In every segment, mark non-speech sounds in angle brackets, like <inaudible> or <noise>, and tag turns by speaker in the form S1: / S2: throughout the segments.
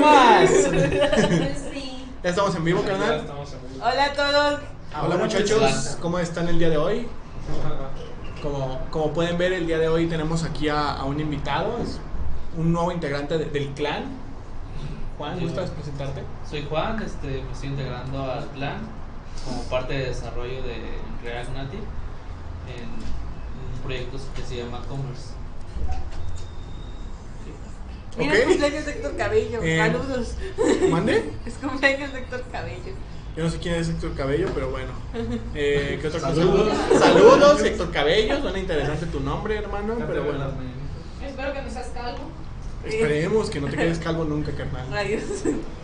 S1: más.
S2: Sí.
S3: Ya estamos en vivo, carnal.
S4: Estamos en vivo.
S1: Hola a todos.
S3: Hola muchachos, ¿cómo están el día de hoy? Como, como pueden ver, el día de hoy tenemos aquí a, a un invitado, es un nuevo integrante de- del clan. Juan,
S5: Sí.
S3: ¿gustas presentarte?
S5: Soy Juan, este, me estoy integrando al plan como parte de desarrollo de React Native en un proyecto que se llama Commerce.
S1: Mira, pues,
S3: Ok.
S1: es cumpleaños de Héctor Cabello.
S3: Eh.
S1: Saludos.
S3: <laughs> ¿Mande?
S1: Es cumpleaños de Héctor Cabello.
S3: Yo no sé quién es Héctor Cabello, pero bueno. Eh, ¿Qué otra cosa?
S4: Saludos.
S3: Saludos, Héctor Cabello. Suena interesante tu nombre, hermano,
S4: Ya te
S3: pero
S4: veo en
S3: bueno.
S4: las mañanitas.
S2: Espero que no seas calvo.
S3: Esperemos que no te quedes calvo nunca, carnal.
S1: Rayos.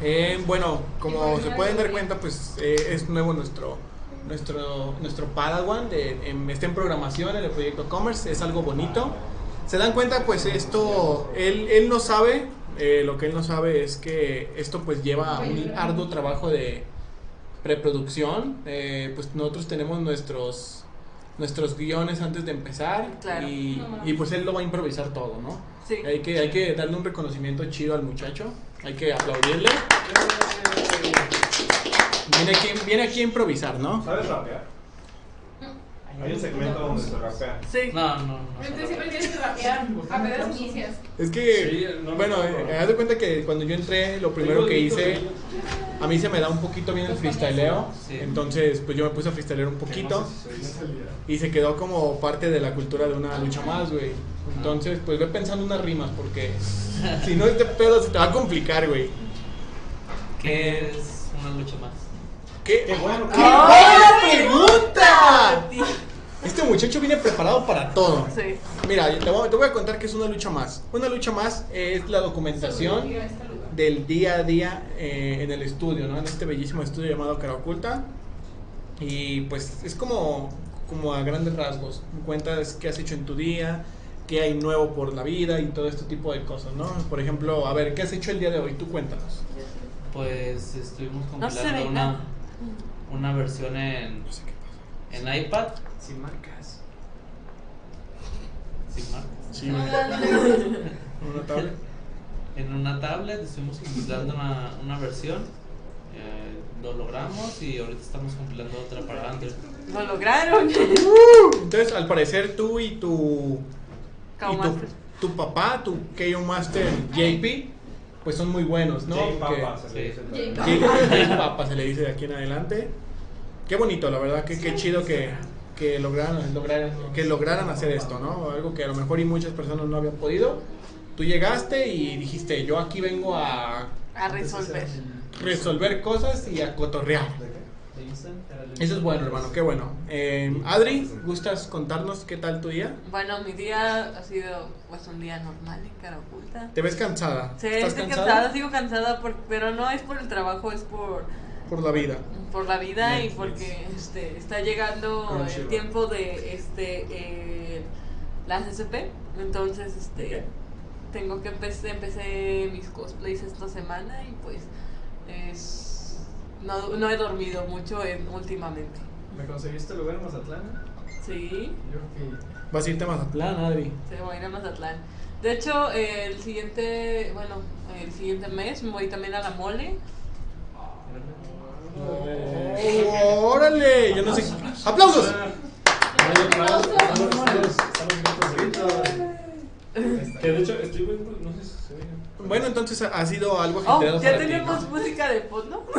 S3: Eh, bueno, como se pueden dar cuenta, pues eh, es nuevo nuestro nuestro nuestro Padawan de- en- está en programación en el proyecto Commerce, es algo bonito. Se dan cuenta, pues esto él, él no sabe, eh, lo que él no sabe es que esto pues lleva a un arduo trabajo de preproducción. eh, pues nosotros tenemos nuestros nuestros guiones antes de empezar
S1: Claro.
S3: y, y pues él lo va a improvisar todo, ¿no?
S1: Sí.
S3: Hay que, hay que darle un reconocimiento chido al muchacho. Hay que aplaudirle. Viene aquí, viene aquí a improvisar, ¿no?
S4: ¿Sabes rapear? Hay un segmento donde se rapea.
S1: Sí.
S5: No, no, no.
S2: Entonces siempre tienes que rapear. Apenas inicias.
S3: Es que,
S4: Sí, no me
S3: bueno,
S4: acuerdo. ¿eh?
S3: eh, haz de cuenta que cuando yo entré, lo primero que hice, a mí se me da un poquito bien el freestyleo.
S5: Sí.
S3: Entonces, pues yo me puse a freestylear un poquito. Y se quedó como parte de la cultura de una lucha más, güey.
S4: Ah.
S3: Entonces, pues ve pensando unas rimas, porque si no este pedo se te va a complicar, güey.
S5: ¿Qué es una lucha más?
S3: ¿Qué?
S4: Qué bueno.
S3: ¡Qué buena pregunta! Este muchacho viene preparado para todo.
S1: Sí.
S3: Mira, te voy, te voy a contar que es una lucha más. Una lucha más es la documentación
S2: Mira este lugar.
S3: del día a día eh, en el estudio, ¿no? En este bellísimo estudio llamado Cara Oculta. Y pues es como, como a grandes rasgos. Cuentas qué has hecho en tu día, qué hay nuevo por la vida y todo este tipo de cosas, ¿no? Por ejemplo, a ver, ¿qué has hecho el día de hoy? Tú cuéntanos.
S5: Pues estuvimos
S1: No se
S5: compilando
S1: ve nada.
S5: una, una versión en,
S3: No sé qué pasa.
S5: en iPad,
S4: Sin marcas.
S5: sin marcas,
S3: Sí, güey. Una tablet.
S5: en una tablet, estuvimos compilando una, una versión, eh, lo logramos y ahorita estamos compilando otra para Android.
S1: Lo lograron.
S3: Entonces, al parecer tú y tu y tu,
S1: Caumaster.
S3: tu papá, tu KO Master JP, pues son muy buenos, ¿no?
S4: J
S3: Que-
S4: Papa se le dice
S2: Sí.
S4: también.
S3: J- J Papa se le dice de aquí en adelante. Qué bonito, la verdad, que qué chido que, que lograran, lograran- que lograran hacer esto, ¿no? Algo que a lo mejor y muchas personas no habían podido. Tú llegaste y dijiste, yo aquí vengo a
S1: A resolver.
S3: resolver cosas y a cotorrear. Eso es bueno, hermano, qué bueno. Eh, Adri, ¿gustas contarnos qué tal tu día?
S1: Bueno, mi día ha sido pues un día normal en cara oculta.
S3: ¿Te ves cansada?
S1: Sí,
S3: ¿Estás
S1: estoy
S3: cansada?
S1: cansada, sigo cansada, por- pero no es por el trabajo, es por
S3: Por la vida.
S1: por la vida y
S4: Netflix.
S1: porque este, está llegando el
S4: Crunchyroll.
S1: tiempo de este eh, las SP entonces este tengo que empecé, empecé mis cosplays esta semana y pues es- no, no he dormido mucho en- últimamente
S4: ¿Me conseguiste lugar en Mazatlán?
S1: sí
S4: Yo creo que.
S3: ¿Vas a irte a Mazatlán, Adri?
S1: se voy a ir a Mazatlán de hecho eh, el siguiente bueno el siguiente mes me voy también a la mole
S3: Oh, ¡Órale! Yo no sé. ¡Aplausos!
S4: Que de hecho estoy viendo, no sé si se ve.
S3: Bueno, entonces ha ha sido algo
S1: oh
S3: ajetreado
S1: ya
S3: para ti,
S1: tenemos
S3: ¿no?
S1: música de fondo
S4: <laughs>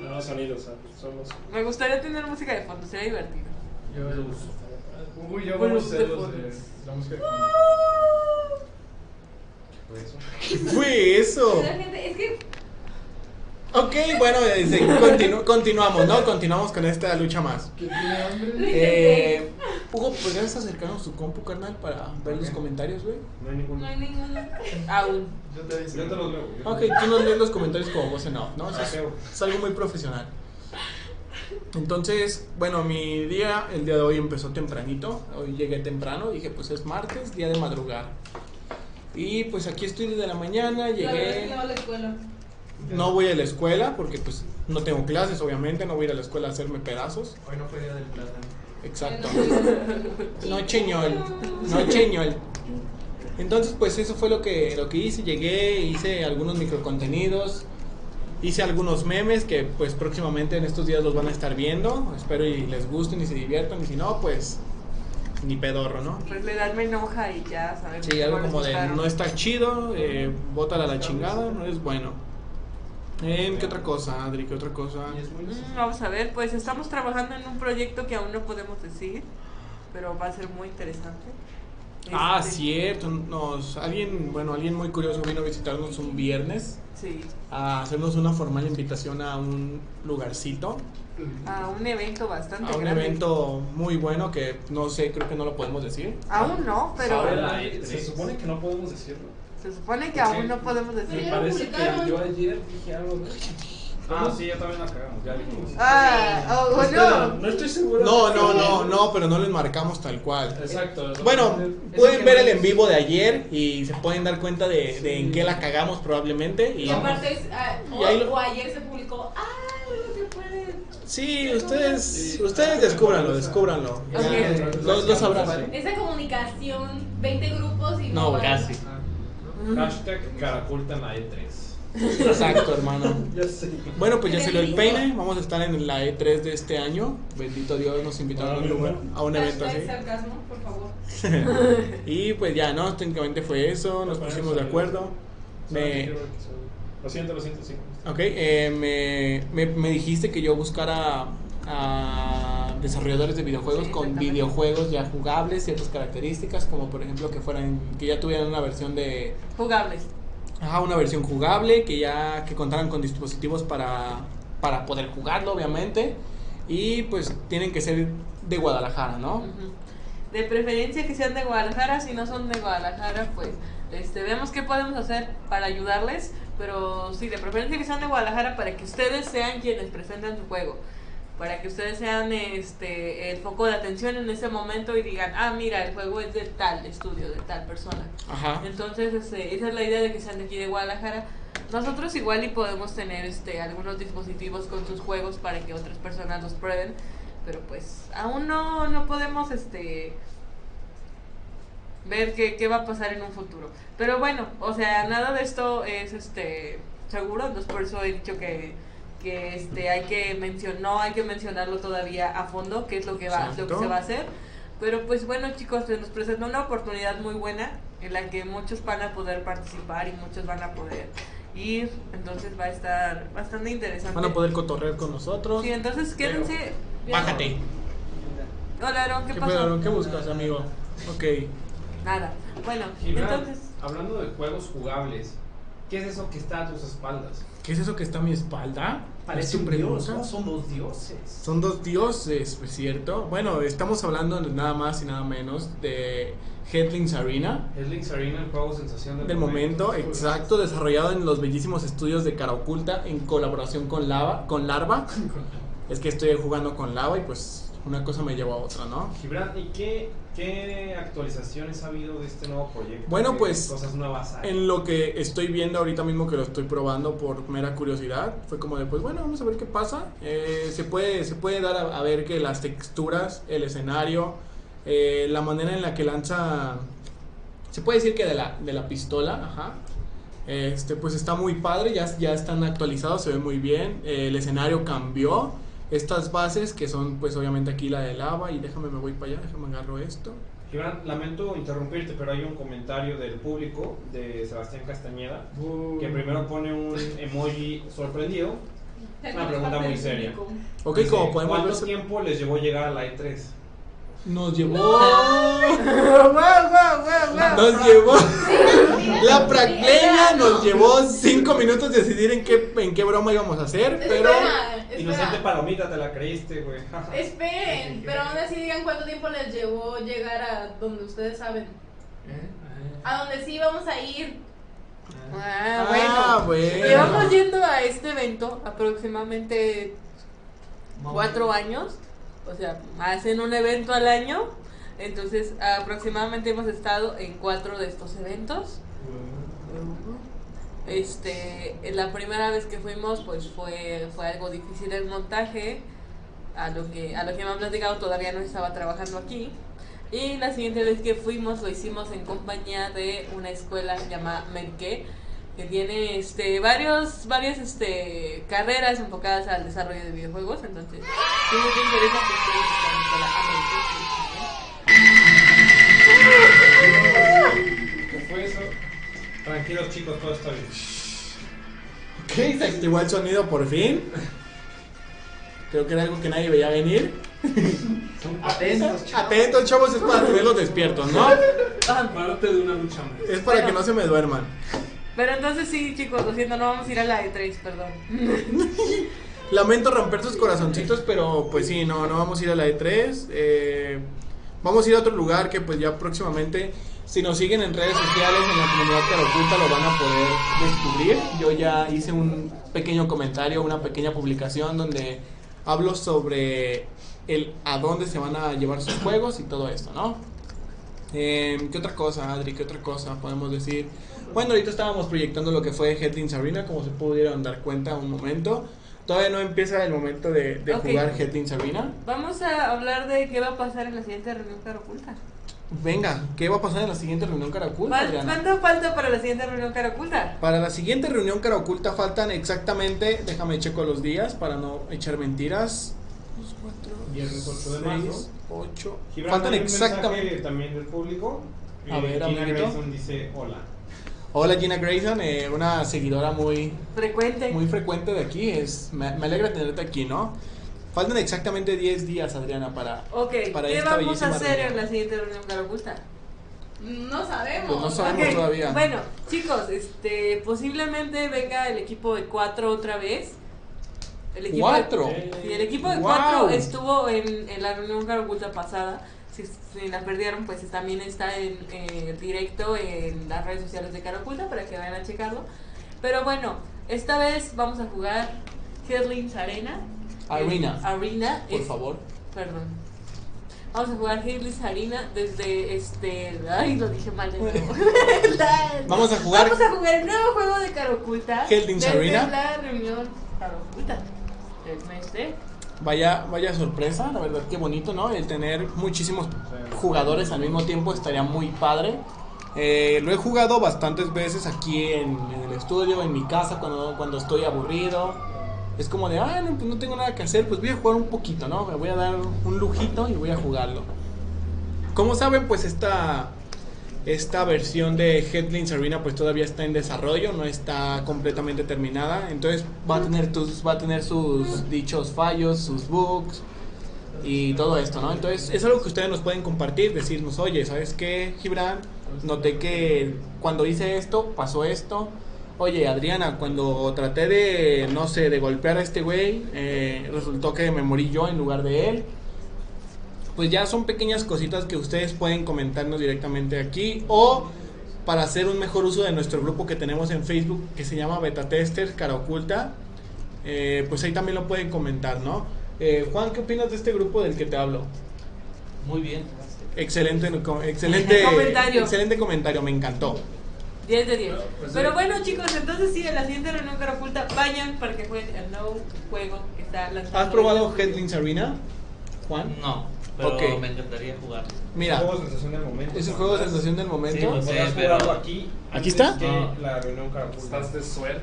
S4: No, sonidos, ah, son los.
S1: me gustaría tener música de fondo sería divertido
S4: Yo los. Uy, yo
S1: Con
S4: vamos a
S1: los
S4: hacer los de.
S1: teléfonos.
S4: La música de. Pues,
S3: ¿Qué
S1: <laughs>
S3: fue eso?
S2: Pero, gente, es que
S3: Ok, bueno, eh, sí, continu- continuamos, ¿no? Continuamos con esta lucha más.
S2: lo intenté.
S3: Eh, Hugo, ¿podrías acercarnos tu compu, carnal, para ver los
S4: Ok.
S3: comentarios, güey?
S4: No hay ninguno.
S2: No hay ninguno.
S1: aún
S4: Yo te aviso. Yo te los leo. yo te
S3: Ok,
S4: los
S3: tú nos lees los comentarios como voz en off, ¿no? O sea,
S4: Ah, qué bueno.
S3: es, es algo muy profesional. Entonces, bueno, mi día, el día de hoy empezó tempranito. Hoy llegué temprano, dije, pues es martes, día de madrugar. Y pues aquí estoy desde la mañana,
S2: La verdad es
S3: llegué.
S2: que no a la escuela.
S4: leo.
S3: No voy a la escuela porque pues no tengo clases, obviamente, no voy a ir a la escuela a hacerme pedazos.
S4: Hoy no fue día del plátano.
S3: Exacto.
S2: Bueno,
S3: No cheñol, no cheñol. Entonces, pues eso fue lo que, lo que hice. Llegué, hice algunos microcontenidos, hice algunos memes que pues próximamente en estos días los van a estar viendo. Espero y les gusten y se diviertan. Y si no, pues ni pedorro, ¿no?
S1: Pues le dan me enoja y ya sabemos.
S3: Sí, algo como de no está chido, eh, bótala a la chingada, no es bueno. Em, ¿Qué otra cosa, Adri? ¿Qué otra cosa?
S4: Y es muy
S1: Mm, Vamos a ver, pues estamos trabajando en un proyecto que aún no podemos decir, pero va a ser muy interesante.
S3: Ah,
S1: Este,
S3: cierto. Nos, alguien, bueno, alguien muy curioso vino a visitarnos un viernes
S1: Sí,
S3: a hacernos Ah, una formal invitación a un lugarcito,
S1: a un evento bastante
S3: a un
S1: grande.
S3: evento muy bueno que no sé, creo que no lo podemos decir.
S1: Aún no, pero
S5: Ahora
S4: Ahora, se supone que no podemos decirlo.
S1: se supone que aún no podemos
S2: Pero
S4: Me
S2: ya
S1: decir.
S2: lo
S4: parece que
S2: publicaron.
S4: yo ayer dije algo. ¿no? Ah, sí, ya también la cagamos, ya dijimos.
S1: Ah, oh,
S4: Espera,
S1: bueno.
S4: no estoy seguro.
S3: No, no, no, no, pero no les marcamos tal cual.
S4: Exacto.
S3: Bueno,
S4: Entonces,
S3: pueden ver el en vivo de ayer y se pueden dar cuenta de, de en qué la cagamos probablemente.
S2: Y
S3: Y,
S2: aparte, es, ah,
S3: Y ahí
S2: hoy
S3: lo-
S2: o ayer se publicó algo que puede.
S3: sí, ustedes, ustedes descúbranlo, descúbranlo.
S1: Ok.
S3: Ya, Lo, lo sabrán.
S2: Esa comunicación, 20 grupos y
S3: No,
S2: van.
S5: Casi.
S6: Ah,
S4: Hashtag Caracultan a E3.
S3: Exacto, hermano.
S4: <laughs> Ya sé.
S3: Bueno, pues ya se lo el peine. Vamos a estar en la E3 de este año. Bendito Dios, nos invitaron a
S4: Ah,
S3: un lugar- a un evento
S2: Hashtag
S3: así. <laughs>
S2: sarcasmo, por favor.
S3: Y pues ya, ¿no? Técnicamente fue eso. Nos pusimos de acuerdo. Me,
S4: Lo siento, lo siento, sí.
S3: ok, eh, me, me- me dijiste que yo buscara a desarrolladores de videojuegos
S1: Sí,
S3: con
S1: exactamente.
S3: videojuegos ya jugables, ciertas características, como por ejemplo que fueran que ya tuvieran una versión de
S1: Jugables.
S3: Ajá, una versión jugable que ya que contaran con dispositivos para, para poder jugarlo, obviamente. Y pues tienen que ser de Guadalajara, ¿no?
S1: Ujú. De preferencia que sean de Guadalajara, si no son de Guadalajara, pues este, vemos qué podemos hacer para ayudarles, pero sí, de preferencia que sean de Guadalajara para que ustedes sean quienes presentan su juego, para que ustedes sean este, el foco de atención en ese momento y digan, ah, mira, el juego es de tal estudio, de tal persona.
S3: Ajá.
S1: Entonces, este, esa es la idea de que sean de aquí de Guadalajara. Nosotros igual y podemos tener este, algunos dispositivos con sus juegos para que otras personas los prueben, pero pues aún no, no podemos este, ver qué, qué va a pasar en un futuro. Pero bueno, o sea, nada de esto es este, seguro, entonces por eso he dicho que, que este, hay que mencionar, no hay que mencionarlo todavía a fondo, qué es lo que, va, lo que
S3: Exacto.
S1: se va a hacer. Pero pues bueno chicos, se nos presenta una oportunidad muy buena en la que muchos van a poder participar y muchos van a poder ir, entonces va a estar bastante interesante.
S3: Van a poder cotorrear con nosotros.
S1: Sí, entonces quédense.
S3: Bájate.
S1: Hola, Aaron, ¿qué,
S3: ¿Qué
S1: pasó?
S3: pedo? ¿Qué buscas, amigo? Ok.
S1: Nada. Bueno,
S4: Gibran,
S3: <laughs>
S1: entonces
S4: hablando de juegos jugables, ¿qué es eso que está a tus espaldas?
S3: ¿Qué es eso que está a mi espalda?
S4: Parece
S3: ¿Es tu
S4: un dios,
S3: pregunta?
S4: ¿no? Son los dioses.
S3: Son dos dioses, ¿es cierto? Bueno, estamos hablando nada más y nada menos de Headlings Arena.
S4: Es Link's Arena, el juego sensación del,
S3: del momento, pues, exacto, desarrollado en los bellísimos estudios de Cara Oculta en colaboración con Lava, <laughs> con Larva. Es que estoy jugando con Lava y pues una cosa me llevó a otra, ¿no?
S4: Gibran, ¿y qué, qué actualizaciones ha habido de este nuevo proyecto?
S3: Bueno,
S4: ¿Qué
S3: pues,
S4: Cosas nuevas hay?
S3: En lo que estoy viendo ahorita mismo que lo estoy probando por mera curiosidad, fue como de pues bueno, vamos a ver qué pasa. Eh, se, puede, se puede dar a, a ver que las texturas, el escenario, eh, la manera en la que lanza, se puede decir que de la, de la pistola, ajá. Este, pues está muy padre, ya, ya están actualizados, se ve muy bien. eh, el escenario cambió. Estas bases que son pues obviamente aquí la de lava y déjame me voy para allá, déjame agarro esto.
S4: Gibran, lamento interrumpirte, pero hay un comentario del público de Sebastián Castañeda que primero pone un emoji sorprendido. Una pregunta muy seria.
S3: Ok,
S4: Dice,
S3: como podemos ver,
S4: Pues, eh, ¿Cuánto
S3: se-
S4: tiempo les llevó llegar a la E E3?
S3: nos llevó... <laughs>
S1: Guau, guau, guau, guau.
S3: Nos llevó. La pracleña nos llevó cinco minutos decidir en qué, en qué broma íbamos a hacer, pero.
S2: Espera,
S4: Inocente
S2: espera.
S4: palomita, te la creíste, güey.
S2: Esperen, pero aún así digan cuánto tiempo les llevó llegar a donde ustedes saben.
S6: Eh,
S2: A donde sí vamos a ir.
S1: Ah, bueno.
S3: Ah, bueno.
S1: Llevamos yendo a este evento aproximadamente cuatro años, o sea, hacen un evento al año, entonces aproximadamente hemos estado en cuatro de estos eventos. Este, la primera vez que fuimos, pues fue, fue algo difícil el montaje, a lo que a lo que me han platicado todavía no estaba trabajando aquí, Y la siguiente vez que fuimos lo hicimos en compañía de una escuela llamada Merke, que tiene este, varios, varias este, carreras enfocadas al desarrollo de videojuegos. Entonces, si no te interesa, pues puedes buscar la escuela
S4: ¿Qué fue eso? Tranquilos chicos, todo está bien.
S3: Ok, se activó el sonido por fin. Creo que era algo que nadie veía venir.
S7: Son atentos,
S3: <laughs>
S7: chavos.
S3: Atentos, chavos, es para tenerlos despiertos, ¿no?
S6: Parte de una lucha más.
S3: Es para que no se me duerman.
S1: Pero entonces sí, chicos, lo siento, no vamos a ir a la E3, perdón.
S3: Lamento romper sus corazoncitos, pero pues sí, no, no vamos a ir a la E3. eh, vamos a ir a otro lugar que pues ya próximamente, si nos siguen en redes sociales, en la comunidad Caroculta, lo van a poder descubrir. Yo ya hice un pequeño comentario, una pequeña publicación donde hablo sobre el a dónde se van a llevar sus juegos y todo esto, ¿no? Eh, ¿Qué otra cosa, Adri? ¿Qué otra cosa podemos decir? Bueno, ahorita estábamos proyectando lo que fue Headings Arena, como se pudieron dar cuenta un momento. Todavía no empieza el momento de, de
S1: Ok.
S3: jugar Headings Arena.
S1: Vamos a hablar de qué va a pasar en la siguiente reunión caroculta.
S3: Venga, ¿qué va a pasar en la siguiente reunión Caracul? Adriana?
S1: ¿Cuánto falta para la siguiente reunión caroculta?
S3: Para la siguiente reunión cara oculta faltan exactamente, déjame checo los días para no echar mentiras.
S4: Viernes 8 de
S3: Seis,
S4: marzo.
S3: ocho.
S4: Gibran,
S3: Faltan
S4: hay un mensaje
S3: exactamente.
S4: También del público.
S3: A
S4: Eh,
S3: ver,
S4: Gina
S3: amiguito.
S4: Grayson dice hola.
S3: Hola Gina Grayson, eh, una seguidora muy,
S1: Frecuente.
S3: muy frecuente de aquí. Es, me, me alegra tenerte aquí, ¿no? Faltan exactamente 10 días, Adriana, para.
S1: Ok,
S3: para
S1: ¿qué vamos
S3: esta
S1: a
S3: bellísima
S1: hacer
S3: reunión.
S1: en la siguiente reunión caroculta?
S2: No sabemos.
S3: Pues no sabemos
S1: Ok,
S3: todavía.
S1: Bueno, chicos, este, posiblemente venga el equipo de cuatro otra vez. El equipo de-
S3: ¡Cuatro!
S1: sí, el equipo de
S3: ¡Wow!
S1: cuatro estuvo en, en la reunión caroculta pasada. Si, si la perdieron, pues también está en eh, directo en las redes sociales de Caroculta para que vayan a checarlo. Pero bueno, esta vez vamos a jugar Headlings Arena. Eh,
S3: Arena.
S1: Arena.
S3: Por
S1: es-
S3: favor.
S1: Perdón. Vamos a jugar Hitler's Harina desde este. Ay, lo dije mal de nuevo. La-
S3: <laughs> Vamos a jugar-
S1: Vamos a jugar el nuevo juego de Caroculta.
S3: Hitler's
S1: desde
S3: Arena.
S1: La reunión Caroculta. El mes de.
S3: Vaya, vaya sorpresa, la verdad que bonito, ¿no? El tener muchísimos jugadores al mismo tiempo estaría muy padre. Eh, lo he jugado bastantes veces aquí en, en el estudio, en mi casa, cuando, cuando estoy aburrido. Es como de, ah, no, pues no tengo nada que hacer, pues voy a jugar un poquito, ¿no? Me voy a dar un lujito y voy a jugarlo. Como saben, pues esta, esta versión de Headlines Arena pues todavía está en desarrollo, no está completamente terminada, entonces va a tener, tus, va a tener sus dichos fallos, sus bugs y todo esto, ¿no? Entonces es algo que ustedes nos pueden compartir, decirnos, oye, ¿sabes qué, Gibran? Noté que cuando hice esto, pasó esto. Oye, Adriana, cuando traté de, no sé, de golpear a este güey, eh, resultó que me morí yo en lugar de él pues ya son pequeñas cositas que ustedes pueden comentarnos directamente aquí o para hacer un mejor uso de nuestro grupo que tenemos en Facebook que se llama Beta Tester Cara Oculta, eh, pues ahí también lo pueden comentar, ¿no? Eh, Juan, ¿qué opinas de este grupo del que te hablo?
S5: Muy bien.
S3: Excelente, co- excelente
S1: Comentario.
S3: excelente comentario, me encantó.
S1: 10 de 10.
S6: pues,
S1: Pero
S6: sí.
S1: bueno, chicos, entonces sí, en la siguiente reunión Caroculta vayan para que jueguen el nuevo juego que está lanzando.
S3: ¿Has probado Headlings Arena, Juan?
S5: No, pero
S3: Ok.
S5: me encantaría jugar.
S3: Mira,
S4: Juego sensación del momento.
S3: es el juego de sensación del
S5: Sí,
S3: momento.
S5: lo sé,
S4: Podrás
S5: pero-
S4: jugarlo aquí.
S3: ¿Aquí
S4: antes
S3: está?
S4: que
S5: No.
S4: La reunión Caracol.
S7: Estás de suerte.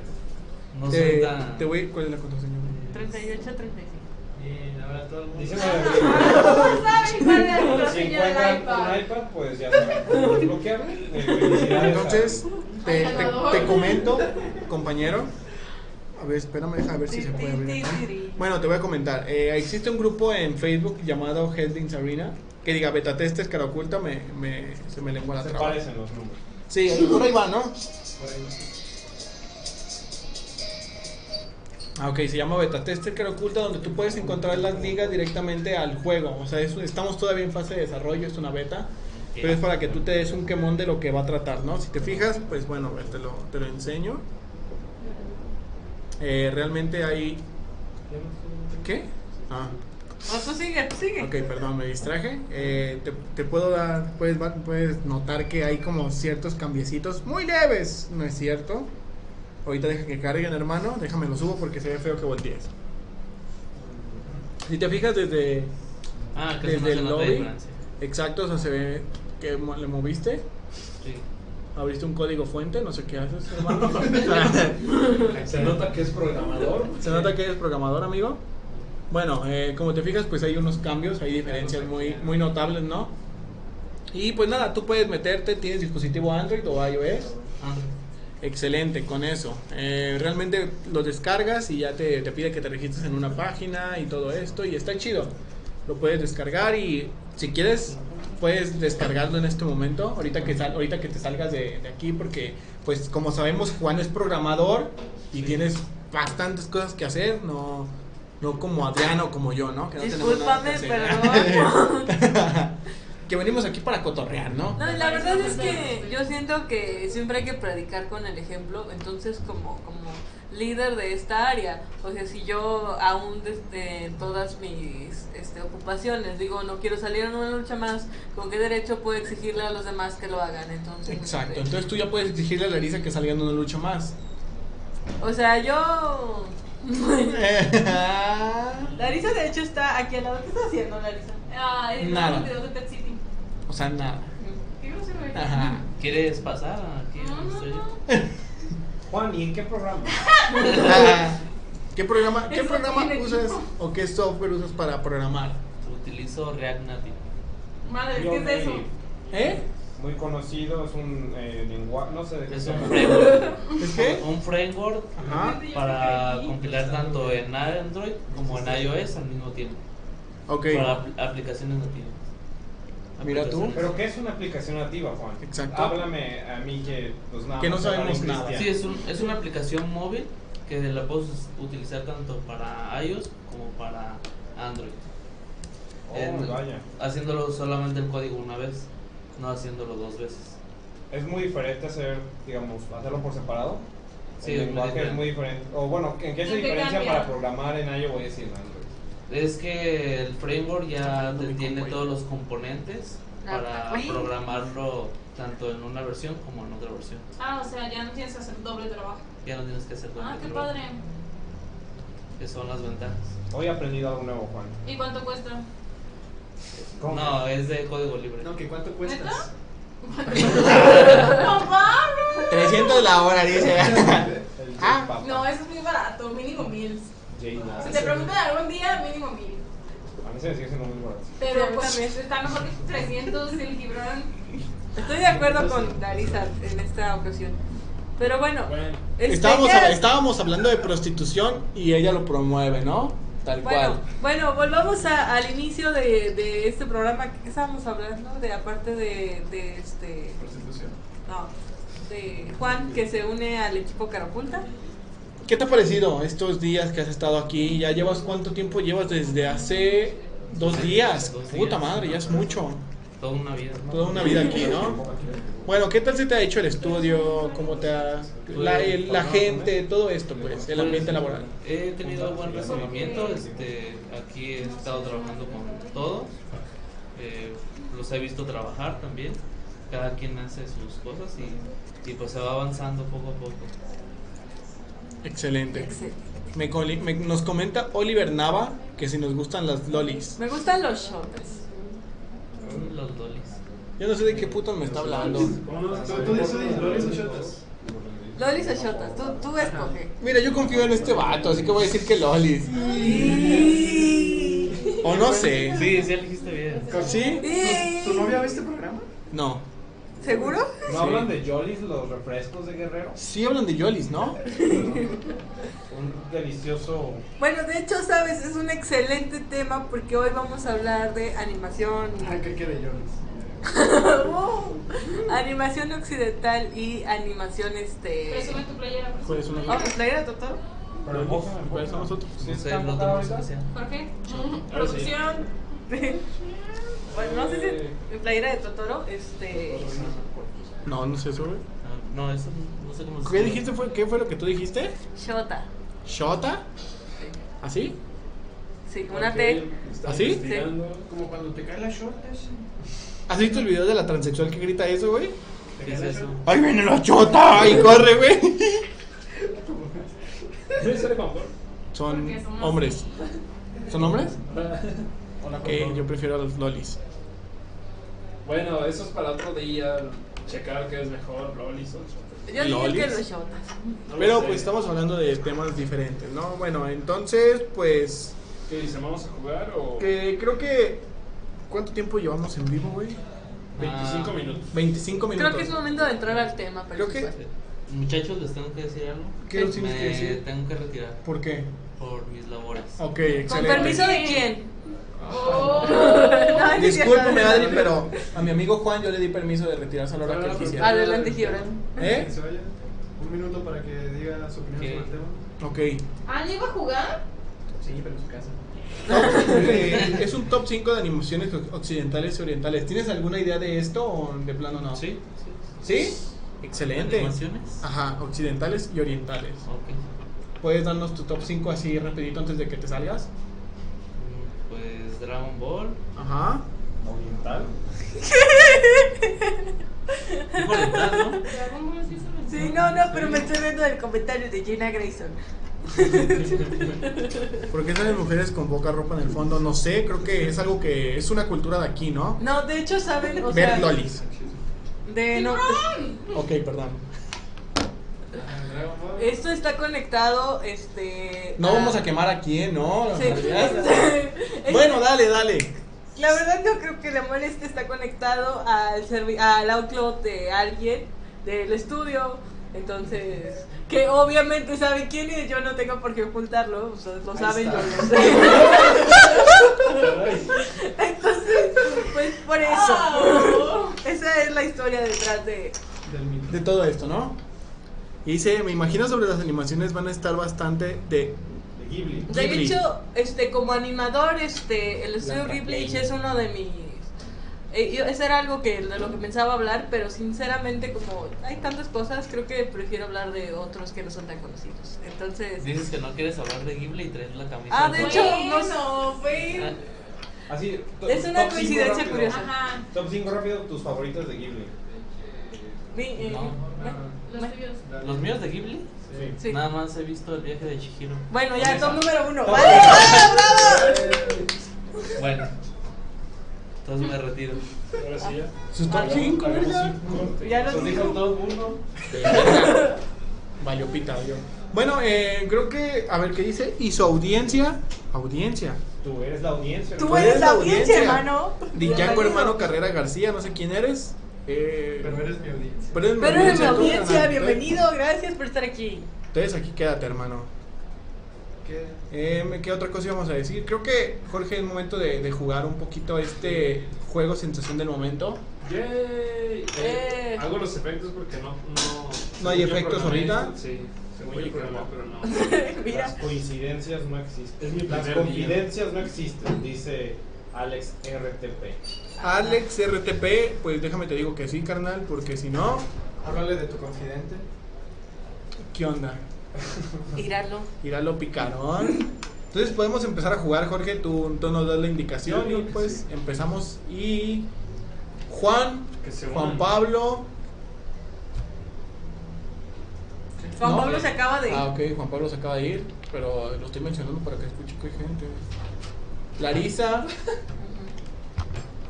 S5: No soy
S3: Te,
S5: tan.
S3: pues, te voy, ¿cuál es la contraseña?
S1: 38, 35.
S5: Bien, ahora todo el mundo.
S2: <laughs>
S4: Dice
S2: No saben cuál es la
S4: si
S2: contraseña
S4: encuentran
S2: del
S4: un
S2: iPad.
S4: iPad, pues ya saben cómo desbloquearlo. Eh, felicidades
S3: Entonces, te, te-
S2: ganador.
S3: te comento, compañero. A ver, espérame, deja ver si se puede abrir. acá. Bueno, te voy a comentar. Eh, existe un grupo en Facebook llamado Headlings Arena. Que diga beta testers, cara oculta, me, me- se me lengua
S4: a-
S3: la
S4: Se
S3: traba.
S4: parecen los números.
S3: Sí, ahí- por ahí va, ¿no? Ah, ok, se llama beta tester, cara oculta, donde tú puedes encontrar las ligas directamente al juego. O sea, es- estamos todavía en fase de desarrollo, es una beta.
S5: Eh,
S3: Pero Pues es para que tú te des un quemón de lo que va a tratar, ¿no? Si te fijas, pues bueno, a ver, te lo, te lo enseño. Eh, realmente hay... ¿Qué? Ah,
S1: No, tú sigue, tú sigue.
S3: ok, perdón, me distraje. Eh, te, te puedo dar, puedes, va- puedes notar que hay como ciertos cambiecitos muy leves, ¿no es cierto? Ahorita deja que carguen, hermano. Déjame lo subo porque se ve feo que voltees. Si te fijas desde
S5: Ah, que
S3: desde
S5: se me hace
S3: el
S5: nota de
S3: lobby.
S5: diferencia.
S3: Exacto, o sea, se ve que mo- le moviste,
S5: Sí.
S3: abriste un código fuente, no sé qué haces, hermano.
S7: Se nota que es programador.
S3: se nota que eres programador, amigo. Bueno, eh, como te fijas, pues hay unos cambios, hay diferencias muy, muy notables, ¿no? Y pues nada, tú puedes meterte, tienes dispositivo Android o iOS. Excelente, con eso. Eh, realmente lo descargas y ya te, te pide que te registres en una página y todo esto. Y está chido. Lo puedes descargar y si quieres puedes descargarlo en este momento. Ahorita que, sal- ahorita que te salgas de, de aquí porque pues como sabemos Juan es programador y tienes bastantes cosas que hacer. No, no como Adriano o como yo, ¿no? Que no tenemos nada que
S1: Discúlpame,
S3: hacer. <laughs>
S1: perdón.
S3: que venimos aquí para cotorrear, ¿no?
S1: No, la verdad es que yo siento que siempre hay que predicar con el ejemplo, entonces como, como líder de esta área, o sea, si yo aún desde todas mis este, ocupaciones digo, no quiero salir en una lucha más, ¿con qué derecho puedo exigirle a los demás que lo hagan? Entonces,
S3: Exacto.
S1: este,
S3: Entonces tú ya puedes exigirle a Larisa que salga en una lucha más.
S1: O sea, yo...
S3: o
S1: Larisa de hecho está aquí al lado. ¿Qué está haciendo Larisa?
S2: Ah, es
S3: Nada.
S2: un video de Pet City.
S3: <laughs> sea, nada.
S2: ¿Qué grosero eres.
S3: Ajá.
S5: ¿Quieres pasar? Aquí
S2: No, no,
S5: estoy.
S2: no.
S4: Juan, ¿y en qué programa?
S3: ¿Qué programa, qué
S2: Eso
S3: programa
S2: tiene
S3: usas
S2: equipo.
S3: o qué software usas para programar?
S5: Utilizo React Native.
S2: Madre,
S4: Yo
S2: ¿qué es eso?
S4: muy-
S3: ¿Eh?
S4: Muy conocido, es un eh, lenguaje, no sé de qué
S5: Es
S4: sea.
S5: un framework.
S3: ¿Es qué?
S5: Un framework
S3: Ajá.
S5: Ah, para compilar tanto en Android como en iOS al mismo tiempo.
S3: Ok.
S5: Para apl- aplicaciones nativas.
S3: Ah, Mira tú.
S4: Pero ¿qué es una aplicación nativa, Juan?
S3: Exacto.
S4: Háblame a mí que pues nada.
S3: Que no
S4: más hablar en
S3: sabemos nada.
S4: cristiano.
S5: Sí, es, un- es una aplicación móvil que la puedes us- utilizar tanto para iOS como para Android.
S4: Oh,
S5: En-
S4: vaya.
S5: Haciéndolo solamente el código una vez, no haciéndolo dos veces.
S4: Es muy diferente hacer, digamos, hacerlo por separado.
S5: Sí,
S4: el
S5: es muy
S4: lenguaje es
S5: diferente.
S4: muy diferente. O bueno, ¿en qué
S2: ¿En
S4: se
S2: qué
S4: diferencia
S2: cambia?
S4: para programar en iOS y en Android?
S5: Es que el framework ya
S3: Hablando
S5: te
S3: mi
S5: tiene
S3: compa.
S5: todos los componentes
S1: Ah,
S5: para
S1: güey.
S5: programarlo tanto en una versión como en otra versión.
S2: Ah, o sea, ya no tienes que hacer doble trabajo.
S5: Ya no tienes que hacer
S2: Ah,
S5: doble
S2: qué
S5: trabajo,
S2: padre.
S5: Que son las ventajas.
S4: Hoy he aprendido algo nuevo, Juan.
S2: ¿Y cuánto <laughs> cuesta?
S4: ¿Cómo?
S5: No, es de código libre.
S7: No, que cuánto cuestas.
S2: ¡Papá!
S3: 300 la hora,
S2: <laughs>
S3: dice.
S4: El J
S3: Ah.
S4: Papa.
S2: No, eso es muy barato, mínimo mil.
S4: J Nas.
S2: Si te preguntan algún día, mínimo mil.
S4: A mí se me sigue siendo muy barato.
S2: Pero
S1: Sí,
S2: pues
S1: también.
S2: está mejor que 300 el Gibran.
S1: Estoy de acuerdo con Larisa en esta ocasión. Pero bueno,
S7: Bueno,
S1: este,
S3: Estábamos,
S1: ya-
S3: hab- estábamos hablando de prostitución y ella lo promueve, ¿no? Tal
S1: Bueno,
S3: cual.
S1: bueno, volvamos a- al inicio de, de este programa. ¿Qué estábamos hablando? De aparte de, de este.
S7: prostitución.
S1: No, de Juan que se une al equipo Carapulta.
S3: ¿Qué te ha parecido estos días que has estado aquí? ¿Ya llevas cuánto tiempo llevas desde hace dos días?
S5: Dos
S3: Puta
S5: días.
S3: madre, ya es mucho.
S5: Toda una vida.
S3: Toda una vida aquí, ¿no? Bueno, ¿qué tal se te ha hecho el estudio? ¿Cómo te ha... La, el- la gente, todo esto, pues, el ambiente laboral.
S5: He tenido buen recibimiento, este, aquí he estado trabajando con todos, eh, los he visto trabajar también, cada quien hace sus cosas y, y pues se va avanzando poco a poco.
S3: Excelente.
S1: Excelente.
S3: Me coli- me- nos comenta Oliver Nava que si nos gustan las lolis.
S1: Me gustan los shoppers.
S5: Los dolis.
S3: Yo no sé de qué puto me está hablando.
S6: Unos- ¿Tú, tú dices lolis o shotas?
S1: Lolis o shotas, tú, tú escoge.
S3: Mira, yo confío en este vato, así que voy a decir que lolis. O no sé.
S5: Sí, sí elegiste bien.
S3: ¿Sí?
S6: ¿Tu novia ve este programa?
S3: No.
S1: ¿Seguro?
S4: ¿No hablan de Jollies, los refrescos de Guerrero?
S3: Sí hablan de yolis, ¿no?
S4: Un delicioso.
S1: Bueno, de hecho, sabes, es un excelente tema porque hoy vamos a hablar de animación.
S6: Ah, ¿qué quiere Jolis?
S1: Animación occidental y animación este.
S2: Presume tu playera. presume
S3: ¿Cuáles son
S1: Vamos
S3: los-
S2: tu playera.
S1: a Oh, playera, doctor.
S3: ¿Cuáles son nosotros?
S5: No sé,
S4: está
S5: no
S4: enfocado
S5: tomo
S4: ahorita?
S5: especial.
S2: Jorge,
S7: Ahora sí.
S2: producción.
S1: <laughs> bueno, no sé si en playera de Totoro, este.
S3: No, no sé, sobre.
S5: Ah, No, eso no sé cómo se
S3: ¿Qué
S5: llama.
S3: dijiste? Fue, ¿Qué fue lo que tú dijiste?
S1: Shota.
S3: ¿Shota? ¿Así?
S1: Sí, una T.
S5: ¿Ah,
S3: ¿Así?
S6: Como cuando te cae la shota. sí.
S3: ¿Has visto el video de la transexual que grita eso, güey?
S6: ¿Te
S5: ¿Qué
S6: cae
S5: es
S6: la
S5: eso?
S6: shota?
S3: ¡Ahí viene la chota! ¡Y corre, güey! Son
S2: Porque somos-
S3: hombres. ¿Son hombres?
S7: <laughs> Hola,
S3: Ok, yo prefiero a los lolis.
S7: Bueno, eso es para otro día. Checar qué es mejor, lolis o shorts.
S1: Yo digo que
S3: ¿Lolis?
S1: los shotas.
S7: No lo
S3: Pero
S7: sé.
S3: pues estamos hablando de temas diferentes, ¿no? Bueno, entonces pues
S7: ¿Qué dicen? ¿Vamos a jugar o.?
S3: que creo que ¿cuánto tiempo llevamos en vivo, güey?
S5: Ah,
S7: 25 minutos.
S3: 25 minutos.
S1: Creo que es momento de entrar al tema. Pero pues.
S3: Creo que-
S5: Muchachos, les tengo que decir algo.
S3: ¿Qué nos tienes
S5: Me
S3: que decir?
S5: Tengo que retirar
S3: ¿Por qué?
S5: por mis labores.
S3: Ok,
S1: ¿Con
S3: excelente.
S1: permiso de quién?
S5: Ah.
S2: Oh. <laughs>
S1: No,
S3: Discúlpame, Adri, pero a mi amigo Juan yo le di permiso de retirarse a la hora que él quisiera.
S1: Adelante, Gibran.
S3: ¿Eh?
S6: Que se vaya. Un minuto para que diga su opinión
S5: Ok.
S6: sobre el tema.
S3: Ok.
S2: ¿Ah, no iba a jugar?
S6: Sí, pero en su casa.
S1: <laughs>
S3: Eh, es un top 5 de animaciones occidentales y orientales. ¿Tienes alguna idea de esto o de plano no?
S5: ¿Sí?
S3: ¿Sí? Excelente. Ah.
S5: ¿Animaciones?
S3: Ajá, occidentales y orientales.
S5: Ok.
S3: ¿Puedes darnos tu top 5 así rapidito antes de que te salgas?
S5: Mm, Pues Dragon Ball.
S3: Ajá.
S4: Oriental.
S5: Dijo oriental, ¿no?
S2: Dragon Ball sí se me
S1: Sí, no, no, pero me estoy viendo el comentario de Gina Grayson.
S3: ¿Por qué salen mujeres con poca ropa en el fondo? No sé, creo que es algo que es una cultura de aquí, ¿no?
S1: No, de hecho, saben, o
S3: Ver
S1: sea,
S3: lolis.
S1: de no,
S3: Ok, perdón.
S7: Ah,
S6: Dragon Ball.
S1: esto está conectado, este.
S3: No vamos a quemar a quién, ¿no?
S1: Sí. <laughs> Este-
S3: Bueno, dale, dale.
S1: La verdad yo creo que el amor este está conectado al servi- al outlook de alguien del estudio. Entonces, que obviamente sabe quién y yo no tengo por qué ocultarlo, ustedes lo
S6: Ahí
S1: saben, yo
S6: está.
S1: lo sé. <laughs> Entonces, pues por
S6: Ah.
S1: eso. Esa es la historia detrás de
S6: Del mito.
S3: De todo esto, ¿no? Y dice, me imagino sobre las animaciones van a estar bastante de...
S4: De Ghibli.
S1: De
S3: Ghibli.
S1: hecho, este, como animador, este, el estudio
S3: Blanca
S1: Ghibli
S3: Play.
S1: es uno de mis... eh, yo- Eso era algo que, de lo que pensaba hablar, pero sinceramente como hay tantas cosas, creo que prefiero hablar de otros que no son tan conocidos. Entonces...
S5: Dices que no quieres hablar de Ghibli y traes la camisa.
S1: Ah, de hecho, no sé.
S2: no, fue.
S4: Así, to-
S1: Es una
S4: top cinco
S1: coincidencia
S4: rápido.
S1: curiosa.
S2: Ajá.
S4: Top 5 rápido, tus favoritas de Ghibli.
S1: mi- eh,
S5: No.
S1: bueno,
S2: Los tuyos.
S5: Ah, ¿Los míos de Ghibli?
S6: Sí.
S1: sí.
S5: Nada más he visto el viaje de Shihiro.
S1: Bueno, ya,
S5: Con
S3: Ah.
S1: top
S5: esa.
S1: número uno. ¡Vale! ¡Bravo, bravo!
S5: Bueno. Entonces me retiro.
S7: Ahora sí ya.
S3: Sus top
S1: Ah,
S3: 5,
S7: Hagamos
S3: ¿verdad?
S7: cinco.
S1: Ya lo
S4: Nos
S1: dijo.
S4: dijo todo uno.
S3: Valió pita, yo. Bueno, eh, creo que, a ver qué dice. Y su audiencia, audiencia.
S4: Tú eres la audiencia.
S1: Tú eres la audiencia, hermano.
S3: Dillaco
S1: Bienvenido.
S3: hermano Carrera García, no sé quién eres. Eh,
S6: Pero eres mi audiencia.
S3: pero eres mi
S1: Pero eres la
S3: tú,
S1: audiencia,
S3: carnal.
S5: <laughs>
S1: bienvenido, gracias por estar aquí.
S3: Entonces aquí quédate, hermano.
S6: ¿Qué?
S3: Eh, ¿Qué otra cosa íbamos a decir? Creo que, Jorge, es momento de, de jugar un poquito este juego sensación del momento.
S7: Yay. Eh,
S1: Eh.
S7: Hago los efectos porque no. No,
S3: ¿No hay
S7: según yo
S3: efectos
S7: programé
S3: ahorita?
S7: esto, Sí, según
S3: Oye,
S7: yo programé, pero no.
S1: Mira.
S4: Las coincidencias no existen.
S7: Es mi
S4: Las
S7: primer día.
S4: confidencias no existen, dice Alex RTP.
S3: Alex RTP, pues déjame te digo que sí, carnal, porque si no,
S6: Háblale de tu confidente.
S3: ¿qué onda?
S1: Tirarlo.
S3: Irá lo picarón. Entonces podemos empezar a jugar, Jorge, tú, tú nos das la indicación
S7: Yo
S3: y
S7: digo que
S3: pues
S7: sí.
S3: empezamos. Y Juan,
S7: Que se
S3: Juan
S7: unan.
S3: Pablo.
S1: Juan
S3: No.
S5: eh,
S1: Pablo se acaba de.
S3: Ah, ok, Juan Pablo se acaba de ir, pero lo estoy mencionando para que escuche que hay gente. Larisa.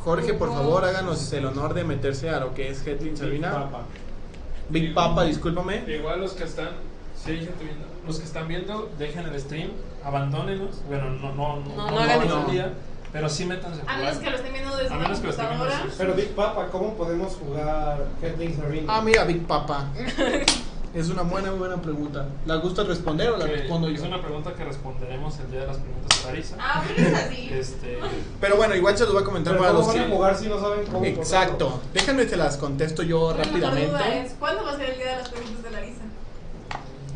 S3: Jorge, por favor, háganos el honor de meterse a lo que es Headlin Sabina.
S4: Papa.
S3: Big Papa, discúlpame.
S7: Igual los que están, sí, hay gente viendo. Los que están viendo, dejen el stream, abandónenos. Bueno, no, no, no,
S1: No, no hagan
S3: eso.
S7: todo el día, pero sí métanse.
S2: A menos que lo estén viendo desde
S7: A
S2: una
S7: menos que lo estén viendo
S2: computadora.
S7: desde-
S4: Pero Big Papa, ¿cómo podemos jugar Headlings Arena?
S3: Ah, mira, Big Papa. Es una buena, buena pregunta. ¿La gusta responder o la
S7: Que
S3: respondo
S7: Es
S3: yo?
S7: una pregunta que responderemos el día de las preguntas de Parisa.
S2: Ah, pero
S3: <laughs>
S2: es así.
S7: Este,
S3: Pero bueno, igual se los voy a comentar
S4: Pero
S3: para
S4: ¿cómo
S3: los
S4: van a
S3: que.
S4: jugar si no saben cómo?
S3: Exacto. Déjenme te las contesto yo
S2: La mejor duda
S3: rápidamente.
S2: es, ¿cuándo va a ser el día de las preguntas de Larisa?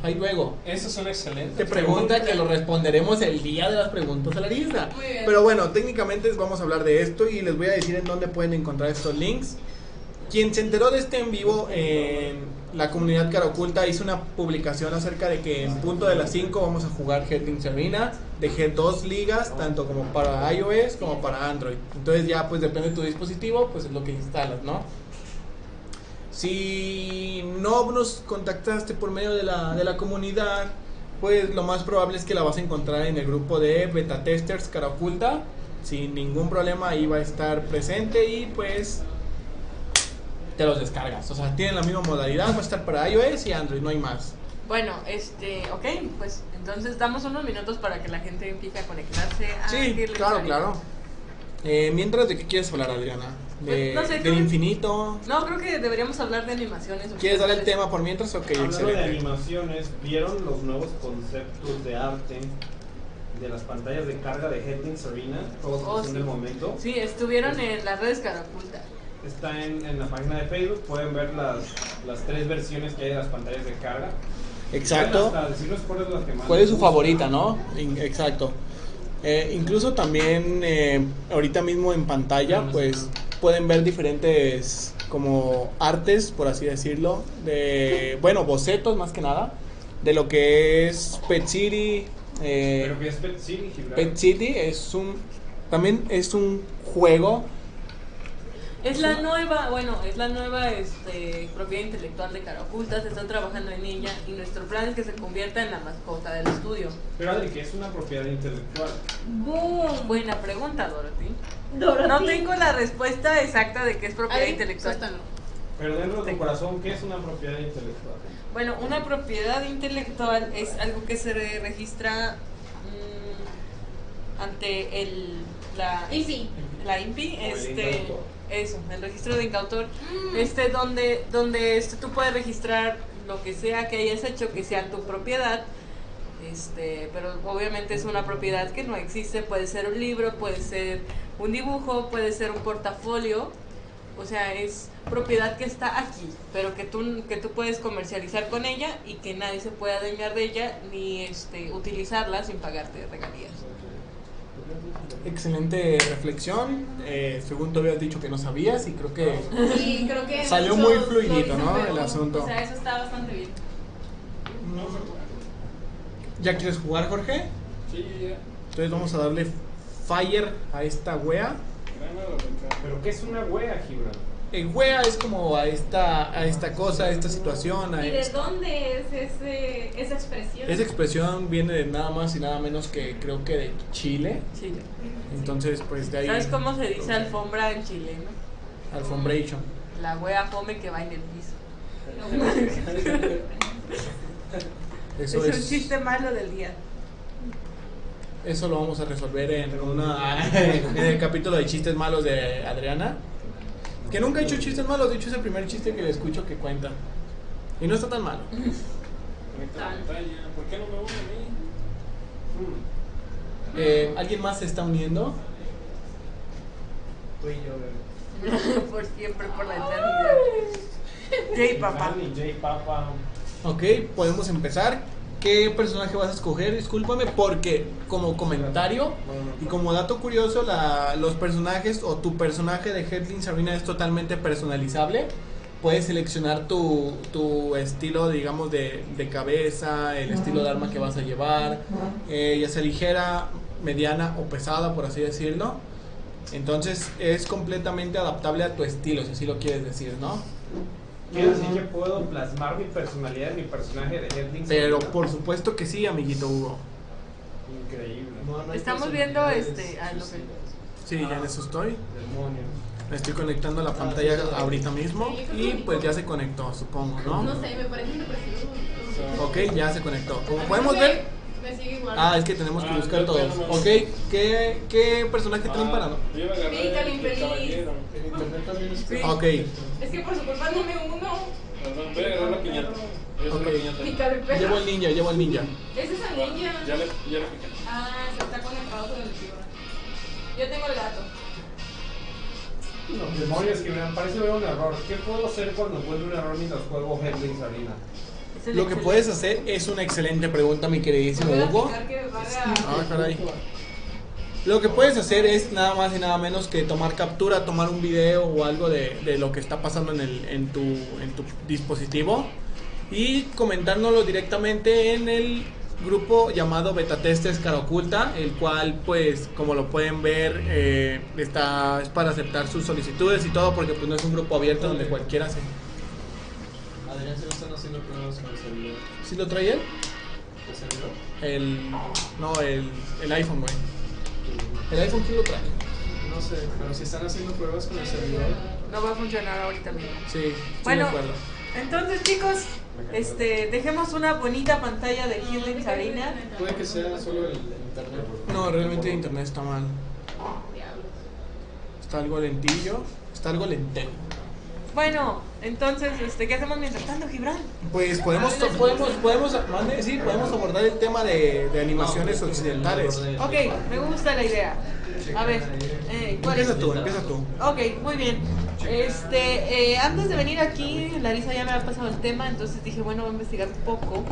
S3: Ahí luego.
S7: esa es una excelente
S3: Te pregunta que lo responderemos el día de las preguntas a la lista.
S2: Muy bien.
S3: Pero bueno, técnicamente vamos a hablar de esto y les voy a decir en dónde pueden encontrar estos links. Quien se enteró de este en vivo, eh, la comunidad cara oculta hizo una publicación acerca de que en punto de las 5 vamos a jugar Headlings Arena. Dejé dos ligas, tanto como para iOS como para Android. Entonces ya pues depende de tu dispositivo, pues es lo que instalas, ¿no? Si no nos contactaste por medio de la, de la comunidad, pues lo más probable es que la vas a encontrar en el grupo de beta testers cara oculta. Sin ningún problema ahí va a estar presente y pues te los descargas. O sea, tienen la misma modalidad, va a estar para iOS y Android, no hay más.
S1: Bueno, este, ok, pues entonces damos unos minutos para que la gente empiece a conectarse. A
S3: Sí,
S1: decirles
S3: claro,
S1: algo.
S3: claro. Eh, mientras, ¿de qué quieres hablar, Adriana? De,
S1: Pues, no sé,
S3: del
S1: creo que-
S3: infinito.
S1: No, creo que deberíamos hablar de animaciones.
S3: ¿Quieres dar el
S1: porque-
S3: tema por mientras? Ok,
S4: Hablando de
S3: excelente.
S4: animaciones, ¿vieron los nuevos conceptos de arte de las pantallas de carga de Headlings Arena? Juegos que
S1: Oh,
S4: son
S1: sí.
S4: del momento.
S1: Sí, estuvieron en las redes Carapulta.
S4: Está en, en la página de Facebook, pueden ver las, las tres versiones que hay de las pantallas de carga.
S3: Exacto.
S4: Pueden hasta decirnos cuál es la que más
S3: ¿Cuál es su
S4: les gusta.
S3: favorita, no? In- Exacto. Eh, incluso también eh, ahorita mismo en pantalla, pues pueden ver diferentes como artes, por así decirlo, de, bueno, bocetos más que nada, de lo que es Pet City. eh,
S4: Pero que es Pet City, Gibran.
S3: Pet City es un, también es un juego
S1: Es la nueva, bueno, es la nueva este, propiedad intelectual de Carapulta. Se están trabajando en ella y nuestro plan es que se convierta en la mascota del estudio.
S4: Pero Adri, que es una propiedad intelectual.
S1: ¡Boom! Buena pregunta, Dorothy.
S2: Dorothy.
S1: No tengo la respuesta exacta de qué es propiedad
S2: Ahí,
S1: intelectual.
S2: sótano.
S4: Pero dentro de tu corazón, ¿qué es una propiedad intelectual?
S1: Bueno, una propiedad intelectual es algo que se re- registra mm, ante el la
S2: Y sí.
S1: la INPI,
S4: O el
S1: este
S4: incautor.
S1: eso, el registro de incautor, este donde donde este, tú puedes registrar lo que sea que hayas hecho que sea tu propiedad. Este, pero obviamente es una propiedad que no existe, puede ser un libro, puede ser un dibujo, puede ser un portafolio. O sea, es propiedad que está aquí, pero que tú, que tú puedes comercializar con ella y que nadie se puede adueñar de ella ni este, utilizarla sin pagarte regalías.
S3: Excelente reflexión. Eh, según tú habías dicho que no sabías y creo que
S2: Sí, creo que.
S3: Salió
S2: muchos
S3: muy
S2: lo
S3: fluidito, ¿no?
S2: dicen, pero,
S3: El asunto.
S2: O sea, eso está bastante bien.
S3: mm, ¿Ya quieres jugar, Jorge?
S7: Sí, ya.
S3: Entonces vamos a darle fire a esta wea.
S7: Tráeme la ventana.
S4: ¿Pero qué es una wea, Gibran?
S3: El Eh, wea es como a esta, a esta cosa, a esta situación, a
S8: ¿Y de
S3: esto.
S8: dónde es ese, esa expresión?
S3: Esa expresión viene de nada más y nada menos que creo que de Chile.
S1: Sí.
S3: Entonces, pues de ahí.
S1: ¿Sabes cómo se dice alfombra en chileno?
S3: Alfombration.
S1: La wea fome que va en el piso.
S3: <laughs> Eso
S1: es
S3: es.
S1: un chiste malo del día.
S3: Eso lo vamos a resolver en, una, <laughs> en el capítulo de chistes malos de Adriana. Que nunca he hecho chistes malos, de hecho es el primer chiste que le escucho que cuenta. Y no está tan malo.
S7: Conecta la pantalla. ¿Por qué no me une a mí?
S4: Hmm.
S3: Eh, ¿Alguien más se está uniendo?
S6: Tú y yo, bebé.
S1: <laughs> por siempre, por la eternidad. Jay, papá.
S4: Gibran y J Papa.
S3: Ok, podemos empezar. ¿Qué personaje vas a escoger? Discúlpame, porque como comentario y como dato curioso, la- los personajes o tu personaje de Headlin Sabrina es totalmente personalizable. Puedes seleccionar tu, tu estilo, digamos, de, de cabeza, el estilo de arma que vas a llevar, eh, ya sea ligera, mediana o pesada, por así decirlo. Entonces es completamente adaptable a tu estilo, si así lo quieres decir, ¿no?
S4: Quiero decir que puedo plasmar mi personalidad en mi personaje de Headlings.
S3: Pero
S4: Arena?
S3: por supuesto que sí, amiguito Hugo.
S4: Increíble.
S6: No, no hay
S1: Estamos viendo,
S6: personalidades
S1: este, a lo que-
S6: suicidas.
S3: Sí,
S2: Ah.
S3: ya en eso estoy.
S4: Demonios.
S3: Me estoy conectando a la pantalla ahorita mismo y pues ya se conectó, supongo,
S2: No,
S3: ¿no?
S2: sé, me parece depresivo.
S3: Ok, ya se conectó. Como
S2: Creo
S3: podemos
S2: que
S3: ver...
S2: Me sigue igual.
S3: Ah, es que tenemos que
S7: Ah,
S3: buscar
S7: yo
S3: todos.
S7: tengo-
S3: Ok, ¿qué, qué personaje traen para...?
S7: Ah, Yo iba a agarrar
S2: Mira,
S7: el
S2: infeliz.
S7: caballero.
S6: El internet también es
S2: Sí.
S3: Ok,
S2: Es que por su culpa no me uno.
S7: Perdón, ve, agarrar la piñata. Yo soy
S3: Ok.
S7: la piñata.
S2: Pica el
S3: llevo
S2: perro.
S3: el ninja, llevo el ninja.
S2: Es esa
S7: Va,
S2: niña.
S7: Ya le, ya le piqué.
S2: Ah, se está conectado con el tío. Yo tengo el gato.
S4: Los demonios, Gibran. Parece veo un error. ¿Qué puedo hacer cuando encuentro un error mientras juego Headlings Arena?
S1: Es el
S3: Lo que
S1: excelente.
S3: puedes hacer es una excelente pregunta, mi queridísimo
S2: Voy a
S3: Hugo.
S2: picar que vaga.
S3: Ah, caray. Lo que puedes hacer es nada más y nada menos que tomar captura, tomar un video o algo de, de lo que está pasando en, el, en, tu, en tu dispositivo y comentárnoslo directamente en el grupo llamado Betatestes Cara Oculta, el cual pues como lo pueden ver eh, está, es para aceptar sus solicitudes y todo porque pues no es un grupo abierto donde cualquiera se...
S6: Adrián se lo están haciendo problemas con el celular.
S3: ¿Sí lo trae él?
S6: ¿El celular?
S3: El... No, el, el iPhone, güey. ¿El iPhone quién lo trae?
S6: No sé, pero si están haciendo pruebas con el servidor,
S1: No va a funcionar ahorita mismo.
S3: Sí,
S1: Bueno.
S3: estoy de acuerdo.
S1: Entonces, chicos, este, dejemos una bonita pantalla de Hidden Sarina.
S6: Puede que sea solo el el internet.
S3: No, realmente internet está mal. Está algo lentillo, está algo lentero.
S1: Bueno, entonces, este, ¿qué hacemos mientras tanto, Gibran?
S3: Pues podemos, podemos, podemos, mande, sí, podemos abordar el tema de, de
S5: pues,
S3: animaciones occidentales.
S1: Ok, me gusta la idea. A ver, eh, ¿cuál es?
S3: Empieza tú, empieza tú.
S1: Ok, muy bien. Este, eh, antes de venir aquí, Larisa ya me había pasado el tema, entonces dije, bueno, voy a investigar un poco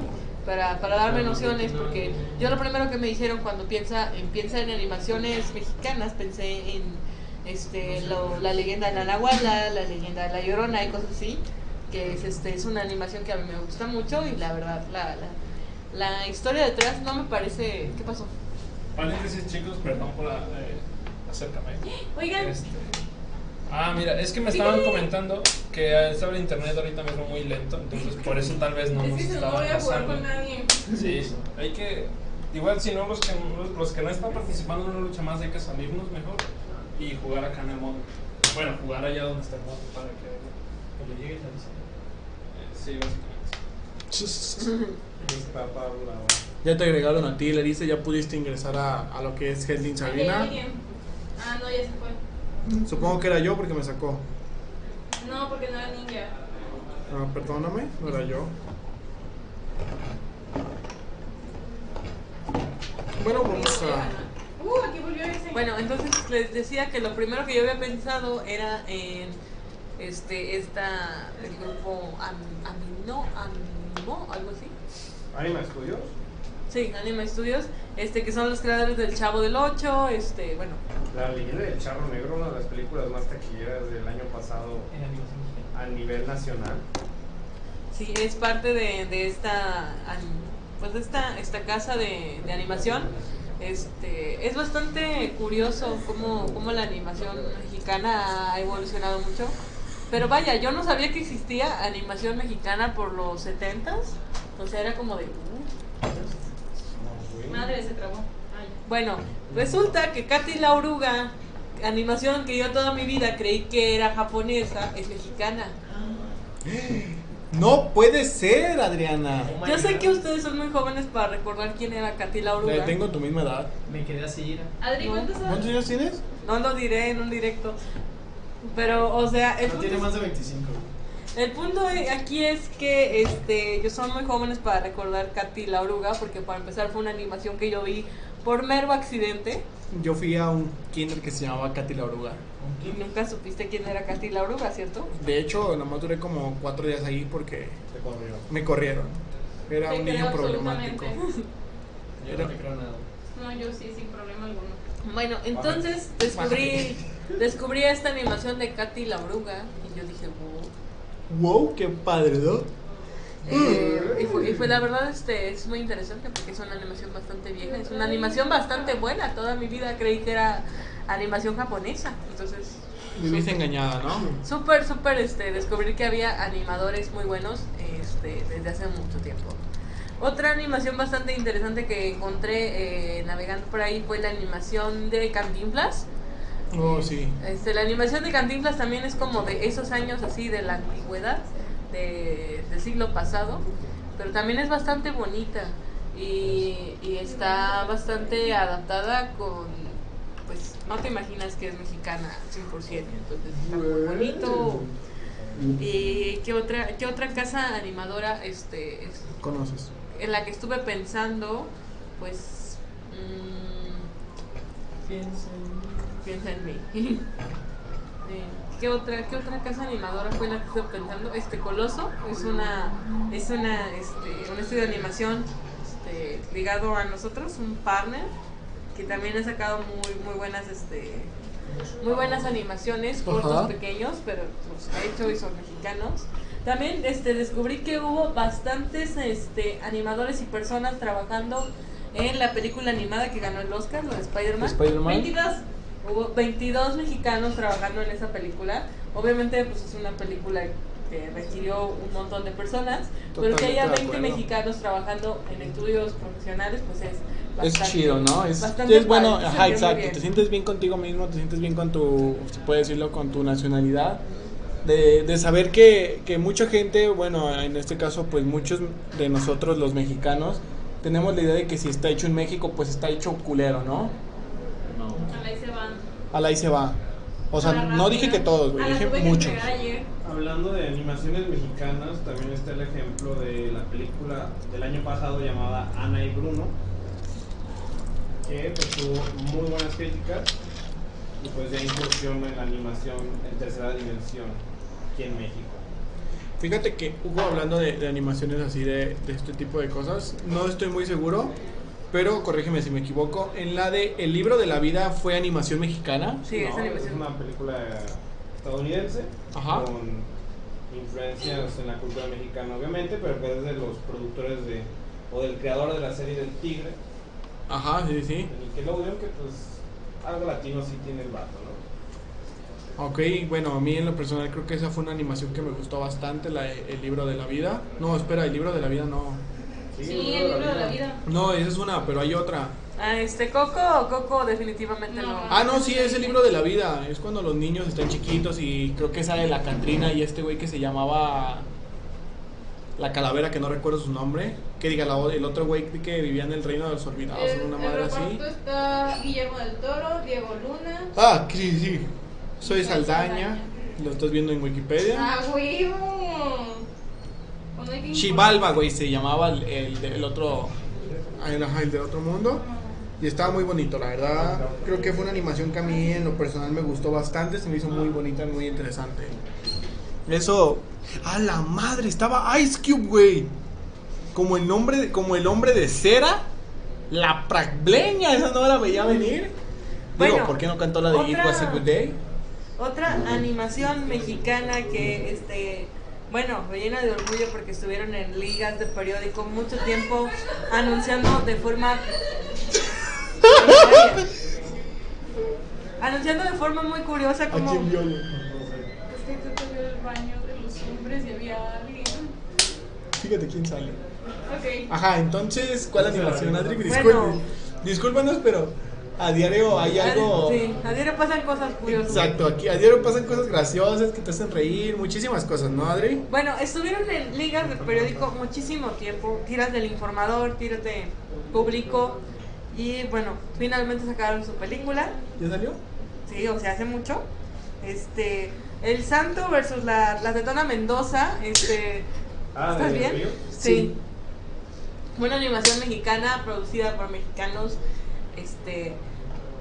S1: para, para darme nociones, porque yo lo primero que me dijeron cuando piensa en, piensa en animaciones mexicanas, pensé en este, lo- la leyenda de la Nahuala, la leyenda de la Llorona y cosas así, que es, este, es una animación que a mí me gusta mucho y la verdad, la, la, la historia detrás no me parece... ¿Qué pasó?
S7: Paréntesis, chicos, perdón por la, eh, acércame.
S8: Oigan,
S7: Este, Ah, mira, es que me estaban comentando que estaba el internet ahorita mismo muy lento, entonces por eso tal vez Este, no
S2: Es
S7: nos
S2: que si no, no
S7: estaba
S2: voy a jugar
S7: pasando.
S2: con nadie.
S7: Sí, hay que. Igual, si no, los que, los, los que no están participando en una lucha más, hay que salirnos mejor y jugar acá en el modo. Bueno, jugar allá donde está el modo para que cuando llegue la lista. Eh, Sí, básicamente.
S4: Papá, bravo.
S3: Ya te agregaron a ti, Larisa, ya pudiste ingresar a, a lo que es Heldin Sabina.
S2: Alguien. Ah, no, ya se fue.
S3: Supongo que era yo porque me sacó.
S2: No, porque no era ninja.
S3: Ah, perdóname, no era yo. Bueno, vamos a...
S2: Uh, aquí volvió ese.
S1: Bueno, entonces les decía que lo primero que yo había pensado era en este esta el grupo Am- Amino Amimo algo así.
S4: ¿Anima Studios?
S1: Sí, Anime Studios, este que son los creadores del Chavo del 8, este, bueno,
S4: La leyenda del charro negro, una de las películas más taquilleras del año pasado
S7: En animación.
S4: a nivel nacional.
S1: sí es parte de, de esta an- pues de esta esta casa de, de animación. Este, es bastante curioso cómo, cómo la animación mexicana ha evolucionado mucho. Pero vaya, yo no sabía que existía animación mexicana por los 70s. O sea, era como de. "Uh".
S8: madre, se trabó. Ay.
S1: Bueno, resulta que Katy la Oruga, animación que yo toda mi vida creí que era japonesa, es mexicana.
S3: No puede ser, Adriana.
S1: Yo sé que ustedes son muy jóvenes para recordar quién era Katy la Oruga.
S3: Eh, Tengo tu misma edad.
S6: Me quedé así, era.
S8: Adri,
S1: No.
S8: ¿cuántos
S3: ¿Cuántos
S8: son?
S3: años tienes?
S1: No lo diré en un directo. Pero, o sea, el
S6: No
S1: punto
S6: tiene
S1: es-
S6: más de 25.
S1: El punto de- aquí es que este, yo son muy jóvenes para recordar Katy la oruga, porque para empezar fue una animación que yo vi por mero accidente
S3: Yo fui a un kinder que se llamaba Katy la Oruga.
S1: y nunca supiste quién era Katy la oruga, ¿cierto?
S3: De hecho, nomás duré como cuatro días ahí porque
S4: Te corrió.
S3: me corrieron. Era
S2: Te
S3: un
S2: creo
S3: niño problemático.
S2: absolutamente.
S6: Yo no te creo nada.
S2: <laughs> No, yo sí, sin problema alguno.
S1: Bueno, entonces descubrí, descubrí esta animación de Katy la oruga y yo dije, wow.
S3: Wow, qué padre, ¿no?
S1: Eh, y, fue, y fue- la verdad este es muy interesante porque es una animación bastante vieja, es una animación bastante buena, toda mi vida creí que era animación japonesa, entonces
S3: Viviste engañada, ¿no?
S1: Súper, súper, este, descubrir que había animadores muy buenos este, desde hace mucho tiempo. Otra animación bastante interesante que encontré eh, navegando por ahí fue la animación de Cantinflas.
S3: Oh, sí.
S1: Este, la animación de Cantinflas también es como de esos años así de la antigüedad, de- del siglo pasado, pero también es bastante bonita y, y está bastante adaptada con, pues no te imaginas que es mexicana 100%, entonces está muy bonito. ¿Y qué otra, qué otra casa animadora este, es-
S3: Conoces.
S1: en la que estuve pensando, pues... mm, piensa en mí. <laughs> Eh, ¿Qué otra, ¿Qué otra casa animadora fue la que estuve pensando? Este Coloso es una es una este, un estudio de animación este, ligado a nosotros, un partner que también ha sacado muy muy buenas este muy buenas animaciones, cortos
S3: Ajá.
S1: pequeños, pero los ha hecho y son mexicanos. También este, descubrí que hubo bastantes este, animadores y personas trabajando en la película animada que ganó el Oscar, la de Spider-Man.
S3: Spider-Man.
S1: 22. Hubo 22 mexicanos trabajando en esa película. Obviamente, pues es una película que requirió un montón de personas, pero que haya
S3: Totalmente
S1: 20
S3: de acuerdo.
S1: mexicanos trabajando en estudios profesionales, pues es bastante.
S3: es chido, ¿no? Es,
S1: bastante
S3: es bueno,
S1: padre, se
S3: ajá,
S1: siente muy
S3: exacto.
S1: bien.
S3: Te sientes bien contigo mismo, te sientes bien con tu, se puede decirlo, con tu nacionalidad. de, de saber que, que mucha gente, bueno, en este caso, pues muchos de nosotros los mexicanos, tenemos la idea de que si está hecho en México, pues está hecho culero, ¿no?
S5: No.
S8: Ojalá y se van.
S3: Al ahí se va. O sea,
S8: A la
S3: no dije
S8: rápida.
S3: que todos, güey,
S8: A la
S3: dije
S8: Ah, tuve que
S3: muchos.
S8: entregar ayer.
S4: Hablando de animaciones mexicanas, también está el ejemplo de la película del año pasado llamada Ana y Bruno, que pues, tuvo muy buenas críticas y pues ya incursión en la animación en tercera dimensión aquí en México.
S3: Fíjate que Hugo, hablando de, de animaciones así, de, de este tipo de cosas, no estoy muy seguro, pero corrígeme si me equivoco, en la de El libro de la vida fue animación mexicana.
S1: Sí,
S4: No,
S1: es animación.
S4: una película estadounidense
S3: Ajá.
S4: con influencias en la cultura mexicana, obviamente, pero que es de los productores de o del creador de la serie del Tigre,
S3: Ajá, sí, sí.
S4: de Nickelodeon, que pues algo latino sí tiene el vato, ¿no?
S3: Ok, bueno, a mí en lo personal creo que esa fue una animación que me gustó bastante, la de El libro de la vida. No, espera, El libro de la vida no.
S8: Sí, el libro de la vida.
S3: No, esa es una, pero hay otra.
S1: Ah, este Coco, Coco definitivamente no.
S8: No.
S3: Ah, no, sí, es El libro de la vida. Es cuando los niños están chiquitos y creo que esa de la Catrina y este güey que se llamaba la calavera que no recuerdo su nombre, que diga la o- el otro güey que vivía en el reino de los olvidados,
S2: El,
S3: Ah, pues, una
S2: el
S3: madre así.
S2: reparto está Guillermo del Toro, Diego Luna.
S3: Ah, sí, sí. Soy
S2: Soy
S3: Saldaña.
S2: Saldaña.
S3: Lo estás viendo en Wikipedia.
S2: ¡Ah, huevo! Pues no hay que
S3: Chivalba, güey, se llamaba el, el, el otro. El, ajá, el de otro mundo. Y estaba muy bonito, la verdad. Creo que fue una animación que a mí en lo personal me gustó bastante. Se me hizo muy bonita, muy interesante. Eso. ¡A la madre! Estaba Ice Cube, güey. Como el nombre, de- como el hombre de cera. La pragleña, esa no la veía venir. Digo,
S1: Bueno,
S3: ¿por qué no cantó la de
S1: otra-
S3: It Was a Good Day?
S1: Otra animación mexicana que, este, bueno, me llena de orgullo porque estuvieron en ligas de periódico mucho tiempo anunciando de forma... <laughs> anunciando de forma muy curiosa como...
S8: Es que tú te el baño de los hombres y había alguien.
S3: Fíjate quién sale.
S8: Ok.
S3: Ajá, entonces, ¿cuál animación, Adri? Disculpen,
S1: Bueno.
S3: discúlpanos, pero a diario hay algo...
S1: Sí, a diario pasan cosas curiosas.
S3: Exacto, aquí a diario pasan cosas graciosas que te hacen reír, muchísimas cosas, ¿no, Adri?
S1: Bueno, estuvieron en ligas de periódico muchísimo tiempo, tiras del informador, tiras de público y bueno, finalmente sacaron su película,
S3: ¿Ya salió?
S1: sí, o sea, hace mucho. Este, El Santo versus la, la Tetona Mendoza, este,
S4: Ah,
S1: ¿estás
S4: de
S1: bien?
S4: Río.
S1: Sí. Una animación mexicana producida por mexicanos, este,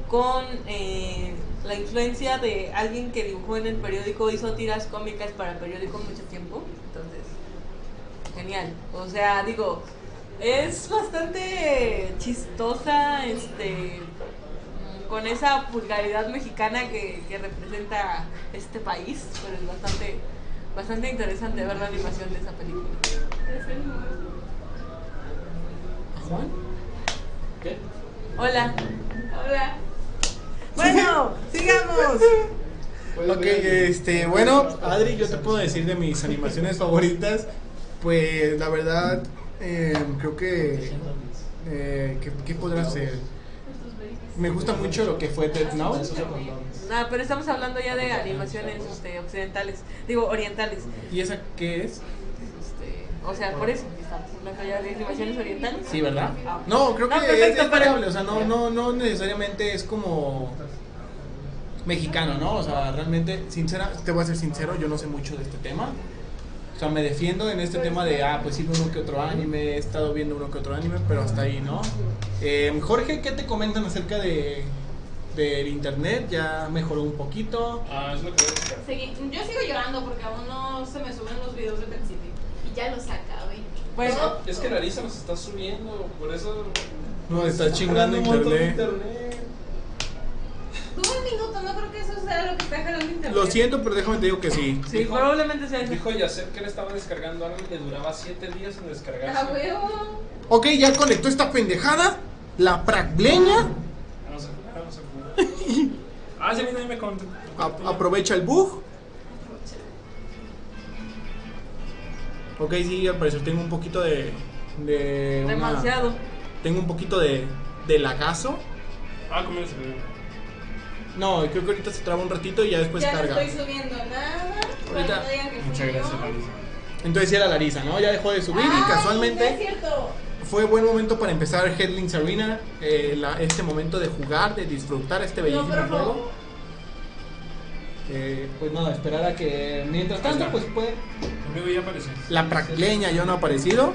S1: con eh, la influencia de alguien que dibujó en el periódico, hizo tiras cómicas para el periódico mucho tiempo, entonces, genial. O sea, digo, es bastante chistosa, este, mm, con esa vulgaridad mexicana que, que representa este país, pero es bastante, bastante interesante ver la animación de esa película.
S8: Es el número.
S3: Juan?
S5: ¿Qué?
S1: Hola.
S8: Hola.
S1: Bueno, sigamos.
S3: Ok, este, bueno, Adri, yo te puedo decir de mis animaciones <laughs> favoritas, pues la verdad, eh, creo que... Eh, ¿qué, ¿Qué podrá ser? Me gusta mucho lo que fue Death Note.
S1: No, Ah, pero estamos hablando ya de animaciones este, occidentales, digo orientales.
S3: ¿Y esa qué es?
S1: Este, o sea, por eso estamos hablando ya de animaciones orientales.
S3: Sí, ¿verdad?
S1: Ah.
S3: No, creo que
S1: No, perfecto,
S3: es, es
S1: pero-
S3: variable, o sea, no, no, no necesariamente es como mexicano, ¿no? O sea, realmente, sincera, te voy a ser sincero, yo no sé mucho de este tema. O sea, me defiendo en este tema de, ah, pues sí, uno que otro anime, he estado viendo uno que otro anime, pero hasta ahí, ¿no? Eh, Jorge, ¿qué te comentan acerca de del internet? ¿Ya mejoró un poquito?
S7: Ah, es lo que voy a buscar.
S2: Seguí- Yo sigo llorando porque aún no se me suben los videos de Pensity. Y ya los acabé.
S1: Bueno,
S7: No, es que Larisa nos está subiendo, por eso.
S3: No, está chingando
S4: Un montón de
S3: internet.
S4: internet.
S2: Tuve un minuto, no creo que eso sea lo que está jalando internet.
S3: Lo siento, pero déjame te digo que sí.
S1: sí,
S7: dijo-
S1: probablemente sea eso.
S7: Dijo Yacet que él estaba descargando algo y le duraba 7 días en descargarse.
S2: ¡A huevo!
S3: Ok, ya conectó esta pendejada, la pragleña.
S7: Vamos a jugar, vamos a jugar. <laughs> Ah, sí, a mí también me contó.
S3: A- aprovecha el bug. Ok, sí, al parecer tengo un poquito de. de una-
S1: Demasiado.
S3: tengo un poquito de. de lagazo.
S7: Ah, comienza.
S3: No, creo que ahorita se traba un ratito y ya después
S2: ya
S3: Pues carga.
S2: no estoy subiendo nada. para
S3: Ahorita-
S2: que no digan que fui
S5: Muchas gracias,
S2: yo.
S5: Larisa.
S3: Entonces sí era Larisa, ¿no? Ya dejó de subir
S2: Ay,
S3: y
S2: No es
S3: casualmente
S2: cierto.
S3: fue buen momento para empezar Headlings Arena, eh, la- este momento de jugar, de disfrutar este bellísimo
S2: No, por
S3: juego.
S2: favor.
S3: Eh, pues nada, esperar a que mientras tanto pues puede...
S7: Conmigo ya apareció.
S3: La pracleña ya no ha aparecido.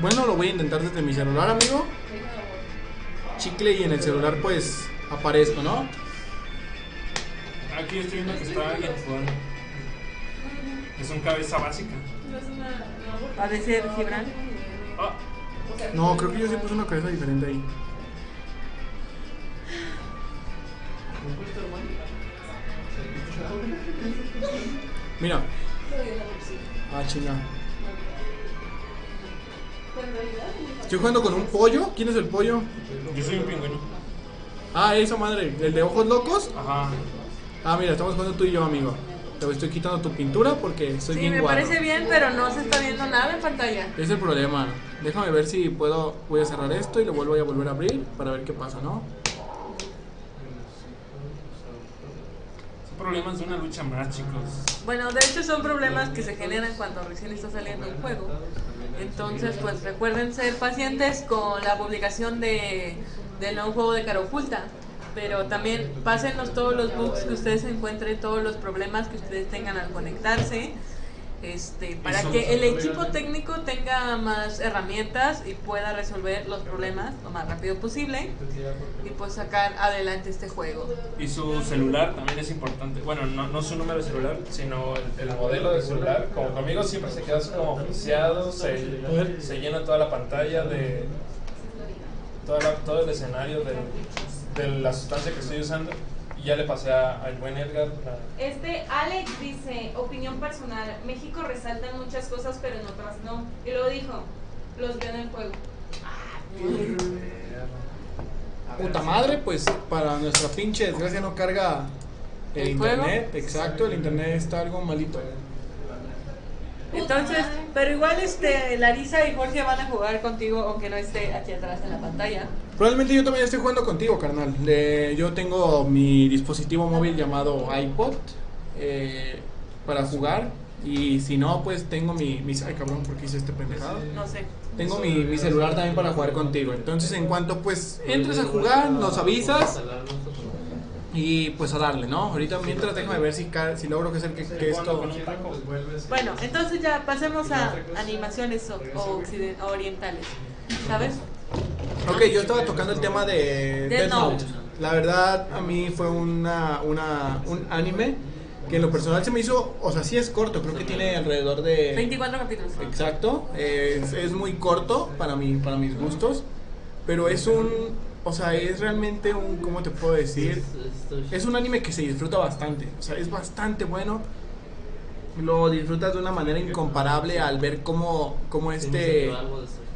S3: Bueno, lo voy a intentar desde mi celular, amigo. Chicle y en el celular pues aparezco, ¿no?
S7: Aquí estoy viendo que está alguien jugando. Es un cabeza básica.
S8: No es una. No,
S1: ¿Va a decir Gibran?
S7: Ah,
S3: No, creo que yo sí puse una cabeza diferente ahí. Mira. Ah, chinga. Estoy jugando con un pollo. ¿Quién es el pollo?
S7: yo soy un pingüino.
S3: Ah, esa madre. ¿El de ojos locos?
S7: Ajá.
S3: Ah, mira, estamos jugando tú y yo, amigo. Te estoy quitando tu pintura porque soy
S1: Sí,
S3: bien
S1: me
S3: guarro.
S1: parece bien, pero no se está viendo nada en pantalla.
S3: Es el problema. Déjame ver si puedo. Voy a cerrar esto y lo vuelvo a volver a abrir para ver qué pasa, ¿no?
S7: Son problemas de una lucha más, chicos.
S1: Bueno, de hecho son problemas que se generan cuando recién está saliendo un juego. Entonces, pues recuerden ser pacientes con la publicación de, del nuevo juego de cara oculta. Pero también pásennos todos los bugs que ustedes encuentren, todos los problemas que ustedes tengan al conectarse. Este, para que el equipo técnico tenga más herramientas y pueda resolver los problemas lo más rápido posible y pues sacar adelante este juego.
S7: Y su celular también es importante. Bueno, no, no su número de celular, sino el, el modelo de celular. Como conmigo siempre se queda así como viciado, se, se llena toda la pantalla de toda la- todo el escenario de, de la sustancia que estoy usando. Y ya le pasé a- al buen Edgar. la-
S9: Este Alex dice, opinión personal, México resalta en muchas cosas pero en otras no. Y luego dijo, los veo en el juego.
S1: pues, <laughs>
S3: Puta madre, pues para nuestra pinche desgracia no carga el,
S1: ¿El juego?
S3: internet. Exacto, el internet está algo malito.
S1: Entonces, pero igual este Larisa y Jorge van a jugar contigo aunque no esté aquí atrás en la pantalla.
S3: Probablemente yo también estoy jugando contigo, carnal. Eh, yo tengo mi dispositivo móvil llamado iPod eh, para jugar. Y si no, pues tengo mi, mis- Ay, cabrón, ¿por qué hice este pendejado?
S1: No sé.
S3: Tengo mi, mi celular también para jugar contigo. Entonces, en cuanto pues entres a jugar, nos avisas y pues a darle, ¿no? Ahorita mientras déjame ver si, ca- si logro hacer que, que esto...
S7: Con un taco.
S1: Bueno, entonces ya pasemos a animaciones o, o occiden- o orientales. ¿Sabes?
S3: Ok, yo estaba tocando el tema de
S1: Death
S3: Death Note.
S1: Note.
S3: La verdad, a mí fue una, una, un anime que en lo personal se me hizo, o sea, sí es corto, creo que tiene alrededor de...
S1: 24 capítulos.
S3: Eh, Exacto, eh, es, es muy corto para, mí, para mis gustos, pero es un, o sea, es realmente un, ¿cómo te puedo decir? Es un anime que se disfruta bastante, o sea, es bastante bueno. Lo disfrutas de una manera incomparable al ver cómo, cómo este,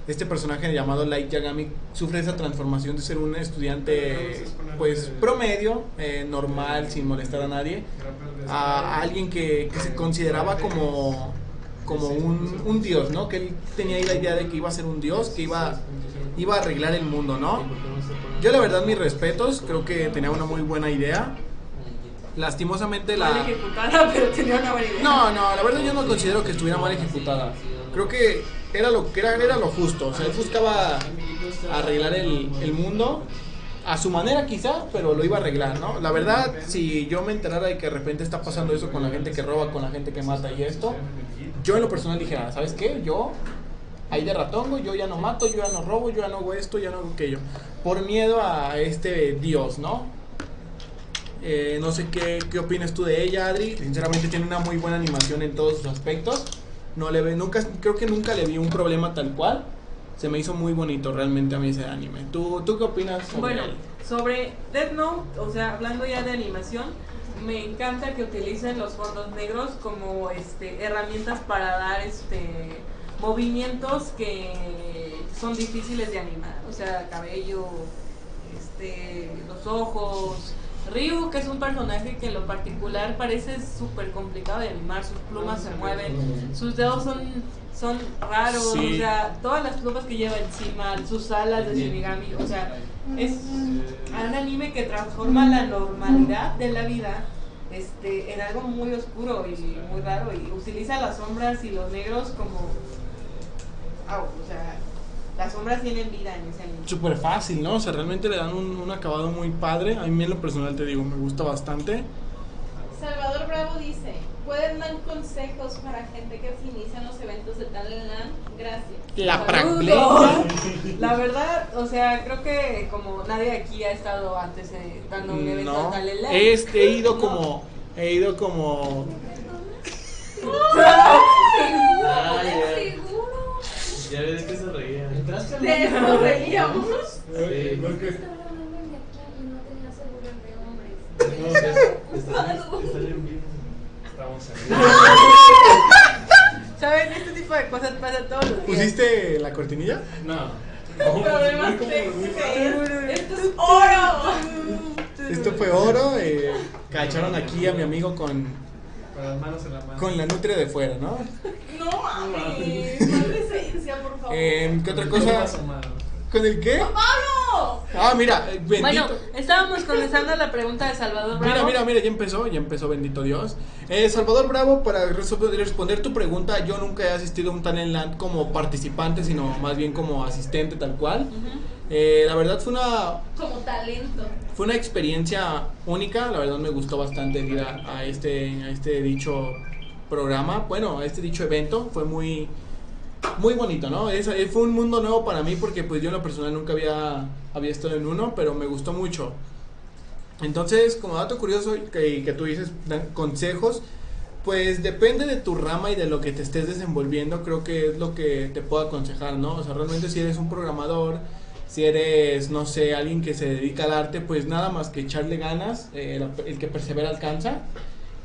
S3: este personaje llamado Light Yagami sufre esa transformación de ser un estudiante pues promedio, eh, normal, sin molestar a nadie, a alguien que, que se consideraba como, como un, un dios, ¿no? Que él tenía ahí la idea de que iba a ser un dios, que iba, iba a arreglar el mundo, ¿no? Yo la verdad mis respetos, creo que tenía una muy buena idea. Lastimosamente la...
S1: Mal ejecutada, <laughs> pero tenía una buena idea.
S3: No, no, la verdad yo no considero que estuviera mal ejecutada. Creo que era lo que era, era lo justo. O sea, él buscaba arreglar el, el mundo a su manera quizá, pero lo iba a arreglar, ¿no? La verdad, si yo me enterara de que de repente está pasando eso con la gente que roba, con la gente que mata y esto, yo en lo personal dijera, ¿sabes qué? Yo ahí de ratongo, yo ya no mato, yo ya no robo, yo ya no hago esto, ya no hago aquello. Por miedo a este dios, ¿no? Eh, no sé qué, qué opinas tú de ella, Adri. Sinceramente tiene una muy buena animación en todos sus aspectos. No le ve, nunca, creo que nunca le vi un problema tal cual. Se me hizo muy bonito realmente a mí ese anime. ¿Tú, tú qué opinas? sobre
S1: Bueno,
S3: él?
S1: sobre Death Note, o sea, hablando ya de animación, me encanta que utilicen los fondos negros como este, herramientas para dar este, movimientos que son difíciles de animar, o sea, cabello, este, los ojos, Ryu, que es un personaje que en lo particular parece súper complicado de animar, sus plumas se mueven, sus dedos son, son raros,
S3: Sí.
S1: o sea, todas las plumas que lleva encima, sus alas de Shinigami, o sea, es un anime que transforma la normalidad de la vida este, en algo muy oscuro y muy raro y utiliza las sombras y los negros como... au, o sea, las sombras tienen vida en ese anime.
S3: súper fácil, ¿no? O sea, realmente le dan un, un acabado muy padre. A mí en lo personal te digo, me gusta bastante.
S9: Salvador Bravo dice, ¿pueden dar consejos para gente que se inicia en los eventos de Talentland? Gracias.
S3: La
S1: Saludos.
S3: praclecia.
S1: La verdad, o sea, creo que como nadie aquí ha estado antes eh, dando un evento
S3: No,
S1: tal el-
S3: este, he ido como, he ido como,
S5: Ah, ya.
S9: Seguro.
S5: Ya ves que se reía.
S6: ¿Entraste al
S9: De eso
S6: baño?
S9: reíamos.
S5: Sí.
S6: ¿Por qué?
S5: No, estás, estás- estás en vivo.
S7: Estamos
S1: ¿Saben? Este tipo de cosas pasa todos los días.
S3: Pues ¿pusiste la cortinilla?
S7: en. No.
S9: Problemas técnicos. Esto es oro.
S3: Esto fue oro, eh, cacharon aquí a mi amigo con,
S7: Con las manos en la mano.
S3: con la nutria de fuera, ¿no?
S9: No mames. Eh. Más decencia, por favor.
S3: Em, ¿Qué otra
S7: Las
S3: cosa?
S7: manos.
S3: ¿Con el qué?
S9: ¡Pablo!
S3: Ah, mira, eh, bendito.
S1: Bueno, estábamos comenzando la pregunta de Salvador Bravo.
S3: Mira, mira, mira, ya empezó, ya empezó, bendito Dios. Eh, Salvador Bravo, para resolver- responder tu pregunta, yo nunca he asistido a un Talent Land como participante, sino más bien como asistente tal cual.
S1: Ujú.
S3: Eh, la verdad fue una,
S9: Como talento.
S3: fue una experiencia única, la verdad me gustó bastante ir a, a este, a este dicho programa, bueno, a este dicho evento, fue muy, muy bonito, ¿no? Es- eh, fue un mundo nuevo para mí porque pues yo en lo personal nunca había, había estado en uno, pero me gustó mucho. Entonces, como dato curioso que, que tú dices, dan consejos, pues depende de tu rama y de lo que te estés desenvolviendo, creo que es lo que te puedo aconsejar, ¿no? O sea, realmente si eres un programador, si eres, no sé, alguien que se dedica al arte, pues nada más que echarle ganas, eh, la- el que persevera alcanza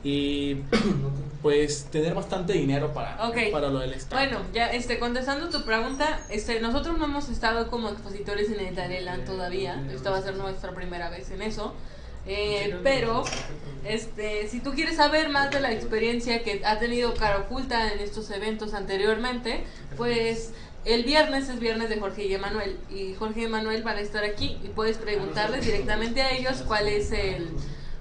S3: y <clears throat> pues tener bastante dinero para,
S1: Ok.
S3: para lo del estado.
S1: Bueno, ya este, contestando tu pregunta, este, nosotros no hemos estado como expositores en el Talentland todavía. Esta va a ser nuestra primera vez en eso. Eh, pero Este, si tú quieres saber más de la experiencia que ha tenido Cara Oculta en estos eventos anteriormente, pues el viernes es viernes de Jorge y Emanuel y Jorge y Emanuel van a estar aquí y puedes preguntarles directamente a ellos cuál es el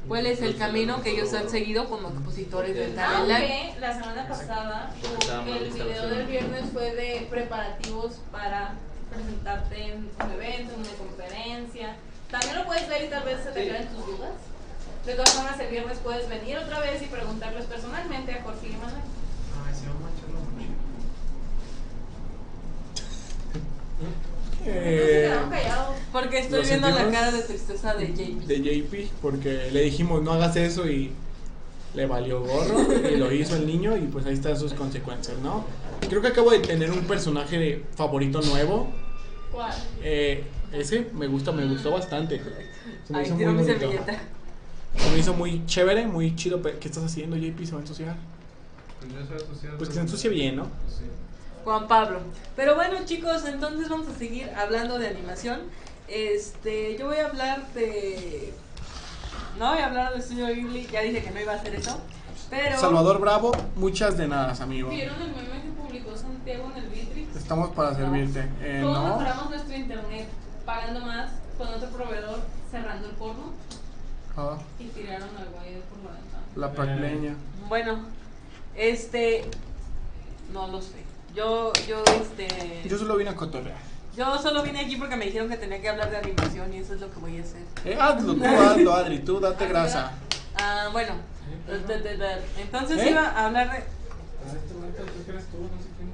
S1: cuál es el camino que ellos han seguido como expositores del Talent
S2: Ah,
S1: Live.
S9: Aunque la semana pasada
S5: Estaba mal
S9: el video
S5: instalación.
S9: del viernes fue de preparativos para presentarte en un evento, en una conferencia. También lo puedes ver y tal vez se te queden tus dudas. De todas formas, el viernes puedes venir otra vez y preguntarles personalmente a Jorge y Manuel.
S7: Ay, se va a manchar la mano.
S9: Entonces se quedaron
S3: Eh,
S9: callados.
S1: Porque estoy
S3: Lo
S1: viendo la
S3: sentimos.
S1: cara de tristeza de JP.
S3: de JP, porque le dijimos no hagas eso y le valió gorro y lo hizo el niño y pues ahí están sus consecuencias, ¿no? Creo que acabo de tener un personaje favorito nuevo.
S9: ¿Cuál?
S3: eh, ese me gusta, me gustó bastante. Se me
S1: Ay,
S3: hizo
S1: tiró
S3: muy
S1: mi
S3: bonito.
S1: servilleta.
S3: Se me hizo muy chévere, muy chido. pero ¿Qué estás haciendo, JP? ¿Se va a ensuciar?
S7: Pues yo soy asociado.
S3: Pues que se ensucie bien, ¿no?
S7: Sí.
S1: Juan Pablo. Pero bueno, chicos, entonces vamos a seguir hablando de animación. Este, yo voy a hablar de. No voy a hablar del estudio Ghibli, ya dije que no iba a hacer eso. Pero.
S3: Salvador Bravo, muchas de nada, amigo.
S9: ¿Vieron el meme que publicó Santiago en el Bitrix?
S3: Estamos para servirte. Eh,
S9: Todos
S3: Este, no.
S9: mejoramos nuestro internet pagando más con otro proveedor, cerrando el porno
S3: Ah,
S9: y tiraron algo ahí por la ventana.
S3: la pracleña.
S1: Bueno, este. No lo sé. Yo, yo, este.
S3: Yo solo vine a cotorrear.
S1: yo solo vine aquí porque me dijeron que tenía que hablar de animación y eso es lo que voy a hacer.
S3: Eh, hazlo, tú hazlo, Adri, tú date grasa.
S1: Ah, bueno. Entonces
S3: ¿Eh?
S1: iba a hablar de.
S7: Ah, este momento, ¿tú crees tú? No sé quién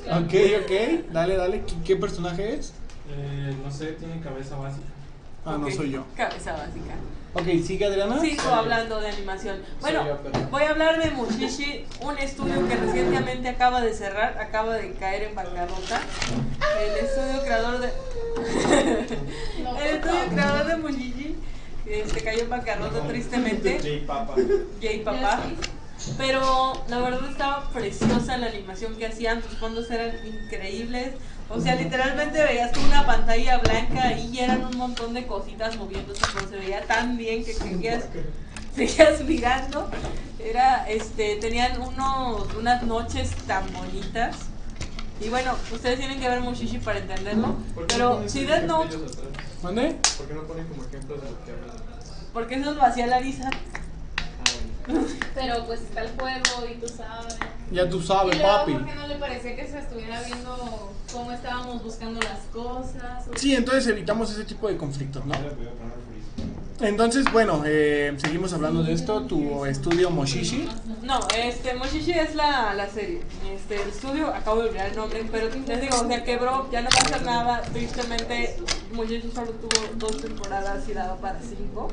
S7: fue. Alguien,
S3: Ok,
S7: ¿no?
S3: ok, dale, dale. ¿Qué, qué personaje es?
S7: Eh, no sé, tiene cabeza básica.
S3: Ah, no
S1: Ok,
S3: soy yo.
S1: Cabeza básica.
S3: Ok, sigue Adriana.
S1: Sigo hablando de animación. Bueno,
S6: yo, pero-
S1: voy a hablar de Mushishi, un estudio que recientemente acaba de cerrar, acaba de caer en bancarrota. El estudio creador de. <laughs> El estudio creador de Mushishi este, cayó en bancarrota tristemente.
S6: Sí, papá.
S1: Jay Papá. Pero la verdad estaba preciosa la animación que hacían, sus fondos eran increíbles. O sea, literalmente veías como una pantalla blanca y eran un montón de cositas moviéndose, pero se veía tan bien que seguías, seguías mirando. Era, este, tenían unos, unas noches tan bonitas. Y bueno, ustedes tienen que ver Mushishi para entenderlo.
S6: ¿Por qué
S1: Pero
S6: ponen
S1: si
S6: ejemplos
S1: Death Note,
S6: ellos atrás?
S3: ¿Mande?
S6: ¿Por qué no ponen como ejemplos de lo que hablan?
S1: porque eso lo hacía Larisa.
S9: Pero pues está el juego y tú sabes.
S3: Ya tú sabes,
S9: y luego,
S3: Ah, papi.
S9: ¿por qué no le parecía que se estuviera viendo cómo estábamos buscando las cosas? O-
S3: Sí, entonces evitamos ese tipo de conflictos, ¿no? Entonces, bueno, eh, seguimos hablando de esto. Tu estudio Moshishi.
S1: No, este, Moshishi es la, la serie. Este, el estudio, acabo de olvidar el nombre, pero les digo, o sea, quebró, ya no va a hacer nada. Tristemente, Moshishi solo tuvo dos temporadas y daba para cinco.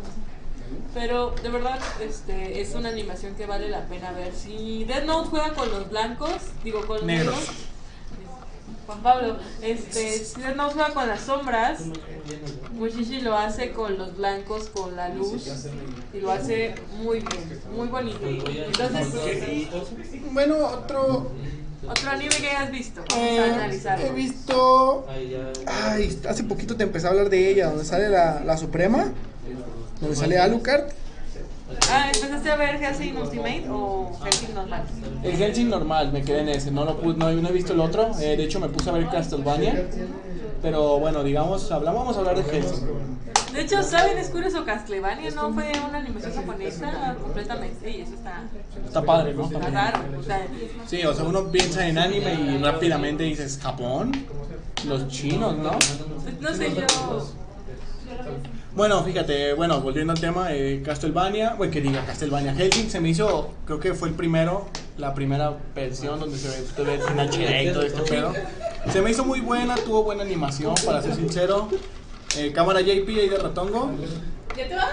S1: Pero de verdad, este, es una animación que vale la pena ver. Si Dead Note juega con los blancos, digo con los
S3: Negros.
S1: Juan Pablo, este, si Dead Note juega con las sombras,
S5: Pues
S1: Moshishi Pues lo hace con los blancos, con la luz. Y lo hace muy bien, muy bonito. Entonces, sí,
S3: Bueno, otro.
S1: otro anime que hayas visto, vamos a
S3: eh, he
S1: analizarlo.
S3: visto.
S5: Ahí ya.
S3: Ay, hace poquito te empecé a hablar de ella, donde sale la, la Suprema, donde sale Alucard.
S1: Ah, ¿empezaste a ver Hellsing Ultimate o Hellsing normal?
S3: El Helsing normal, me quedé en ese, no lo pu- no, no he visto el otro, eh, de hecho me puse a ver Castlevania, pero bueno, digamos, hablamos, vamos a hablar de Helsing.
S1: De hecho, ¿saben? Es curioso, Castlevania no fue una animación japonesa completamente. Y eso está,
S3: Está padre, ¿no?
S1: está
S3: También.
S1: raro. O sea,
S3: Sí, o sea, uno piensa en anime y rápidamente dices, Japón, los chinos, ¿no?
S1: no sé, yo.
S3: Bueno, fíjate, bueno, volviendo al tema, eh, Castlevania, bueno, que diga Castlevania, Helsing se me hizo, creo que fue el primero, la primera versión donde se ve, se ve en HD y todo este pedo. Se me hizo muy buena, tuvo buena animación, para ser sincero. Eh, cámara JP ahí de Ratongo.
S9: ¿Ya te vas?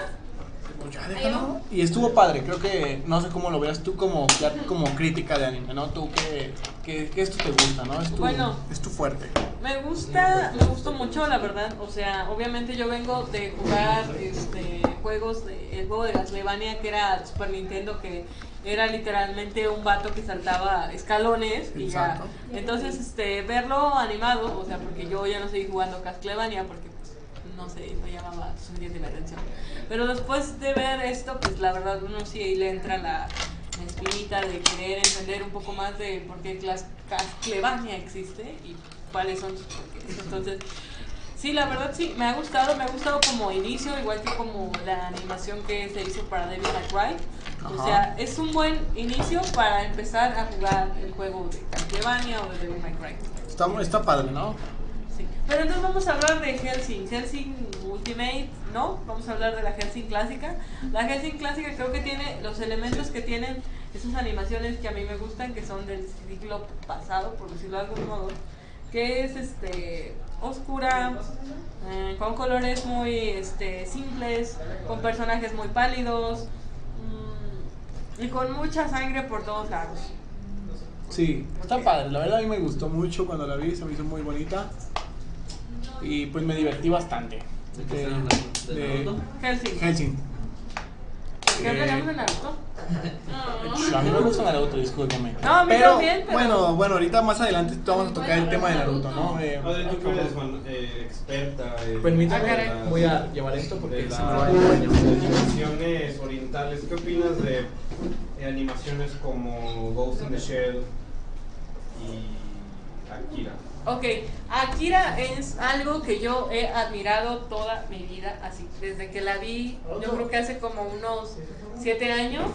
S3: Pues ya, déjalo. Y estuvo padre, creo que, no sé cómo lo veas tú como, ya como crítica de anime, ¿no? Tú que, que, que esto te gusta, ¿no? Es tu,
S1: Bueno.
S3: es tu fuerte.
S1: Me gusta, me gustó mucho, la verdad. O sea, obviamente yo vengo de jugar este, juegos, de- el juego de Castlevania que era Super Nintendo, que era literalmente un vato que saltaba escalones y ya.
S3: Exacto.
S1: Entonces, este, verlo animado, o sea, porque yo ya no seguí jugando Castlevania porque pues, no sé, no llamaba pues, suficiente mi atención. Pero después de ver esto, pues la verdad uno sí le entra la, la espinita de querer entender un poco más de por qué Clas- Castlevania existe y cuáles son sus porqués. Entonces, sí, la verdad sí, me ha gustado, me ha gustado como inicio, igual que como la animación que se hizo para Devil May Cry. O
S3: Ajá.
S1: sea, es un buen inicio para empezar a jugar el juego de Castlevania o de Devil May Cry.
S3: Está, está padre, ¿no?
S1: Sí. Pero entonces vamos a hablar de Helsing. Helsing Ultimate, ¿no? Vamos a hablar de la Helsing clásica. La Helsing clásica creo que tiene los elementos que tienen esas animaciones que a mí me gustan, que son del siglo pasado, por decirlo de algún modo. Que es este oscura, eh, con colores muy este, simples, con personajes muy pálidos mm, y con mucha sangre por todos lados.
S3: Sí, está padre. La verdad a mí me gustó mucho cuando la vi, se me hizo muy bonita. Y pues me divertí bastante.
S5: ¿De qué están hablando? ¿De
S3: de-
S5: Naruto?
S1: Helsing.
S3: Helsing.
S1: ¿Qué
S3: Eh,
S1: hablamos de Naruto?
S9: Ah.
S3: A mí me gusta Naruto, discúlpame.
S1: No, a mí también, pero-
S3: Bueno, bueno, ahorita más adelante vamos a tocar el tema de Naruto, ¿no? Eh,
S4: Adri, tú que eres fan- Ah, eh, experta. eh,
S3: Permítame,
S4: de la-
S3: voy a llevar esto porque
S4: de
S3: se me va
S4: la-
S3: el
S4: de
S3: dueño.
S4: las animaciones orientales. ¿Qué opinas de eh, animaciones como Ghost in the Shell y Akira?
S1: Ok, Akira es algo que yo he admirado toda mi vida, así, desde que la vi, yo creo que hace como unos siete años,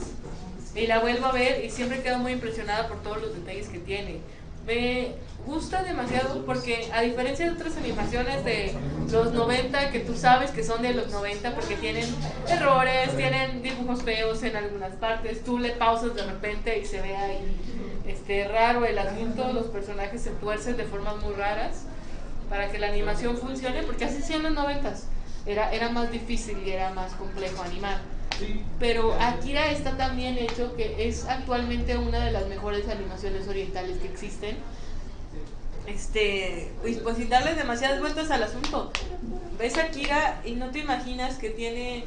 S1: y la vuelvo a ver y siempre quedo muy impresionada por todos los detalles que tiene. Me gusta demasiado porque a diferencia de otras animaciones de los 90, que tú sabes que son de los 90 porque tienen errores, tienen dibujos feos en algunas partes, tú le pausas de repente y se ve ahí este, raro el asunto, los personajes se tuercen de formas muy raras para que la animación funcione, porque así hacían en los 90 era, era más difícil y era más complejo animar. Pero Akira está tan bien hecho que es actualmente una de las mejores animaciones orientales que existen. Este, y pues sin darle demasiadas vueltas al asunto, ves Akira y no te imaginas que tiene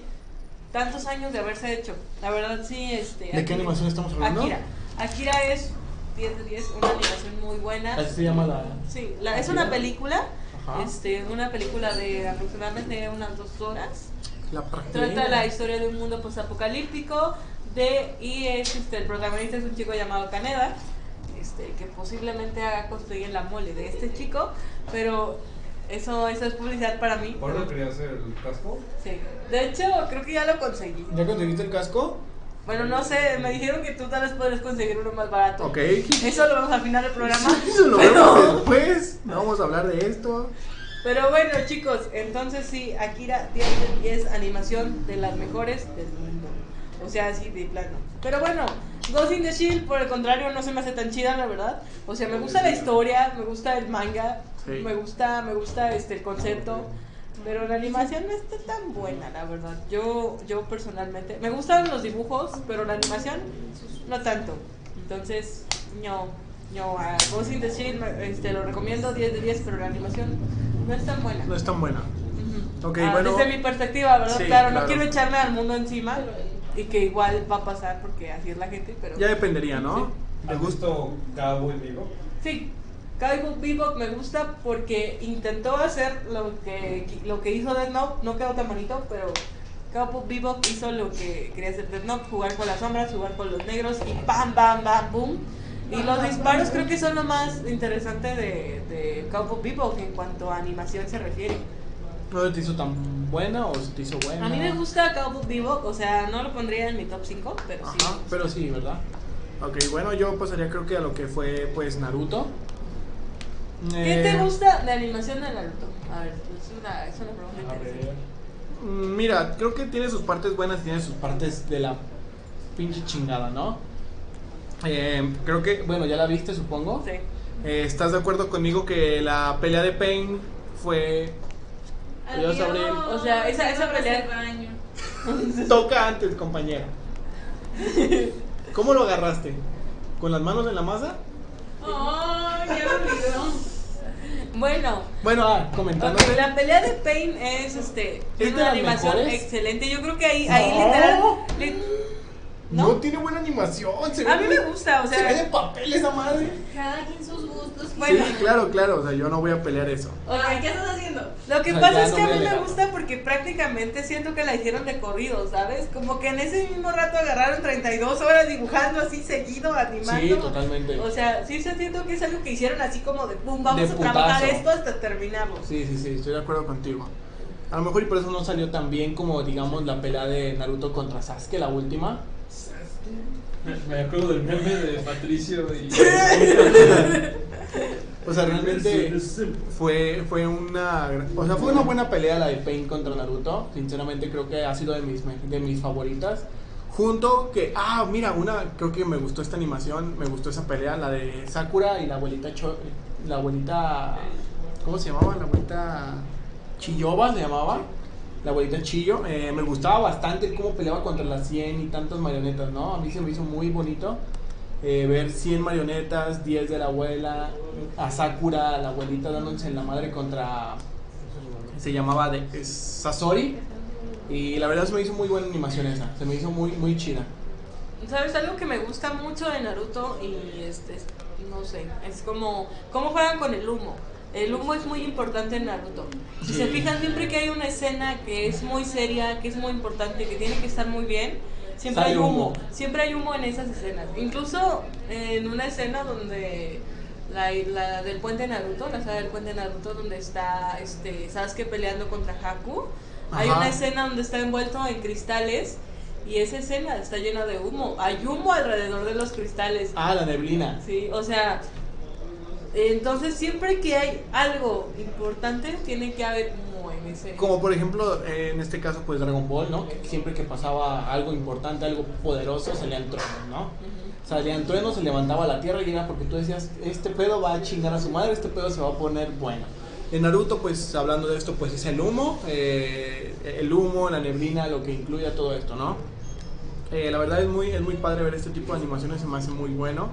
S1: tantos años de haberse hecho. La verdad sí, este...
S3: ¿De qué
S1: Akira-
S3: animación estamos hablando?
S1: Akira. Akira es 10 de 10, una animación muy buena.
S3: Así se llama la.
S1: Sí, la- es una película,
S3: Ajá.
S1: este, una película de aproximadamente unas dos horas.
S3: La
S1: Trata la
S3: práctica.
S1: historia de un mundo postapocalíptico de y es, este, el protagonista es un chico llamado Caneda, este, que posiblemente haga cosplay en la mole de este chico, pero eso, eso es publicidad para mí.
S4: ¿Por no querías el casco?
S1: Sí. De hecho, creo que ya lo conseguí.
S3: ¿Ya conseguiste el casco?
S1: Bueno, no sé, me dijeron que tú tal vez podrías conseguir uno más barato.
S3: Ok.
S1: Eso lo vemos al final del programa.
S3: <laughs> Eso lo vemos después. No vamos a hablar de esto.
S1: Pero bueno, chicos, entonces sí, Akira 10 de 10 animación de las mejores del mundo. O sea, así de plano. Pero bueno, Ghost in the Shield, por el contrario, no se me hace tan chida, la verdad. O sea, me gusta la historia, me gusta el manga,
S3: Sí.
S1: me gusta, me gusta este el concepto. Pero la animación no está tan buena, la verdad. Yo, yo personalmente. Me gustan los dibujos, pero la animación no tanto. Entonces, no. No, a Ghost in the Shield me- este, lo recomiendo 10 de 10, pero la animación no es tan buena.
S3: No es tan buena.
S1: Ujú.
S3: Ok,
S1: Ah,
S3: bueno.
S1: Desde mi perspectiva, ¿verdad?
S3: Sí,
S1: claro,
S3: claro.
S1: no quiero echarme al mundo encima y que igual va a pasar porque así es la gente, pero...
S3: Ya dependería, ¿no?
S4: ¿Te gusto Cowboy Vivo?
S1: Sí, Cowboy Bebop me gusta porque intentó hacer lo que, lo que hizo Death Note, no quedó tan bonito, pero Cowboy Bebop hizo lo que quería hacer Death Note, jugar con las sombras, jugar con los negros y bam, bam, bam, boom. Y los disparos creo que son lo más interesante de, de Cowboy Bebop en cuanto a animación se refiere.
S3: ¿No se te hizo tan buena o se te hizo buena?
S1: A mí me gusta Cowboy Bebop, o sea, no lo pondría en mi top 5, pero sí.
S3: Ajá, pero sí, ¿verdad? Ok, bueno, yo pasaría creo que a lo que fue pues Naruto.
S1: ¿Qué te
S3: Eh,
S1: gusta de animación de Naruto? A ver, es una, es una pregunta interesante. <laughs>
S3: Mm, Mira, creo que tiene sus partes buenas y tiene sus partes de la pinche chingada, ¿no? Eh, creo que, bueno, ya la viste, supongo.
S1: Sí.
S3: Eh, ¿Estás de acuerdo conmigo que la pelea de Pain fue. Adiós, Abril.
S1: O sea, esa- esa pelea-
S9: del baño.
S3: Toca
S1: <laughs>
S3: antes, compañero. ¿Cómo lo agarraste? ¿Con las manos en la masa?
S9: Ay, qué aburrido.
S1: Bueno,
S3: Bueno, ah, comentando.
S1: ok, la pelea de Pain es este
S3: ¿Es
S1: es
S3: de
S1: una
S3: las
S1: animación
S3: mejores?
S1: excelente. Yo creo que ahí, ahí
S3: No.
S1: literal. li-
S3: ¿no?
S1: ¿no?
S3: tiene buena animación. Se
S1: a
S3: ve
S1: mí
S3: muy-
S1: me gusta, o
S3: Se ve de
S1: sea.
S3: papel esa madre.
S9: Cada quien sus gustos.
S1: Bueno.
S3: Sí, claro, claro. O sea, yo no voy a pelear eso.
S9: Ay, ¿Qué estás haciendo?
S1: Lo que
S3: O sea,
S1: pasa
S3: ya
S1: es
S3: no
S1: que a
S3: voy a
S1: mí me
S3: alegar.
S1: gusta porque prácticamente siento que la hicieron de corrido, ¿sabes? Como que en ese mismo rato agarraron 32 horas dibujando así seguido, animando.
S3: Sí, totalmente.
S1: O sea, sí se siento que es algo que hicieron así como de pum, vamos
S3: De
S1: a trabajar
S3: putazo.
S1: esto hasta terminarlo.
S3: Sí, sí, sí, estoy de acuerdo contigo. A lo mejor y por eso no salió tan bien como, digamos, la pelea de Naruto contra Sasuke, la última.
S7: Me, me acuerdo del meme de Patricio y.
S3: O sea, realmente fue, fue una... O sea, fue una buena pelea la de Pain contra Naruto. Sinceramente creo que ha sido de mis, me- de mis favoritas. Junto que... Ah, mira, una... Creo que me gustó esta animación, me gustó esa pelea, la de Sakura y la abuelita... Cho- la abuelita... ¿Cómo se llamaba? La abuelita... Chilloba se llamaba. La abuelita Chillo. Eh, me gustaba bastante cómo peleaba contra las 100 y tantas marionetas, ¿no? A mí se me hizo muy bonito. eh, ver 100 marionetas, 10 de la abuela, a Sakura, la abuelita dándose en la madre contra. Se llamaba de, es Sasori. Y la verdad se me hizo muy buena animación esa. Se me hizo muy, muy chida.
S1: ¿Sabes algo que me gusta mucho de Naruto? Y este, es- no sé, es como cómo juegan con el humo. El humo es muy importante en Naruto. Si se
S3: Sí.
S1: fijan, siempre que hay una escena que es muy seria, que es muy importante, que tiene que estar muy bien, siempre
S3: Sale
S1: hay humo.
S3: humo.
S1: Siempre hay humo en esas escenas. Incluso en una escena donde la, la del puente de Naruto, la saga del puente de Naruto, donde está este, Sasuke peleando contra Haku, hay
S3: Ajá.
S1: una escena donde está envuelto en cristales y esa escena está llena de humo. Hay humo alrededor de los cristales.
S3: Ah, la neblina.
S1: Sí, o sea, entonces siempre que hay algo importante, tiene que haber humo en ese.
S3: Como por ejemplo, eh, en este caso, pues Dragon Ball, ¿no? Que siempre que pasaba algo importante, algo poderoso, salían truenos, ¿no?
S1: Ujú.
S3: Salían truenos, se levantaba la tierra y era porque tú decías, este pedo va a chingar a su madre, este pedo se va a poner bueno. En Naruto, pues hablando de esto, pues es el humo, eh, el humo, la neblina, lo que incluye a todo esto, ¿no? Eh, la verdad es muy, es muy padre ver este tipo de animaciones, se me hace muy bueno.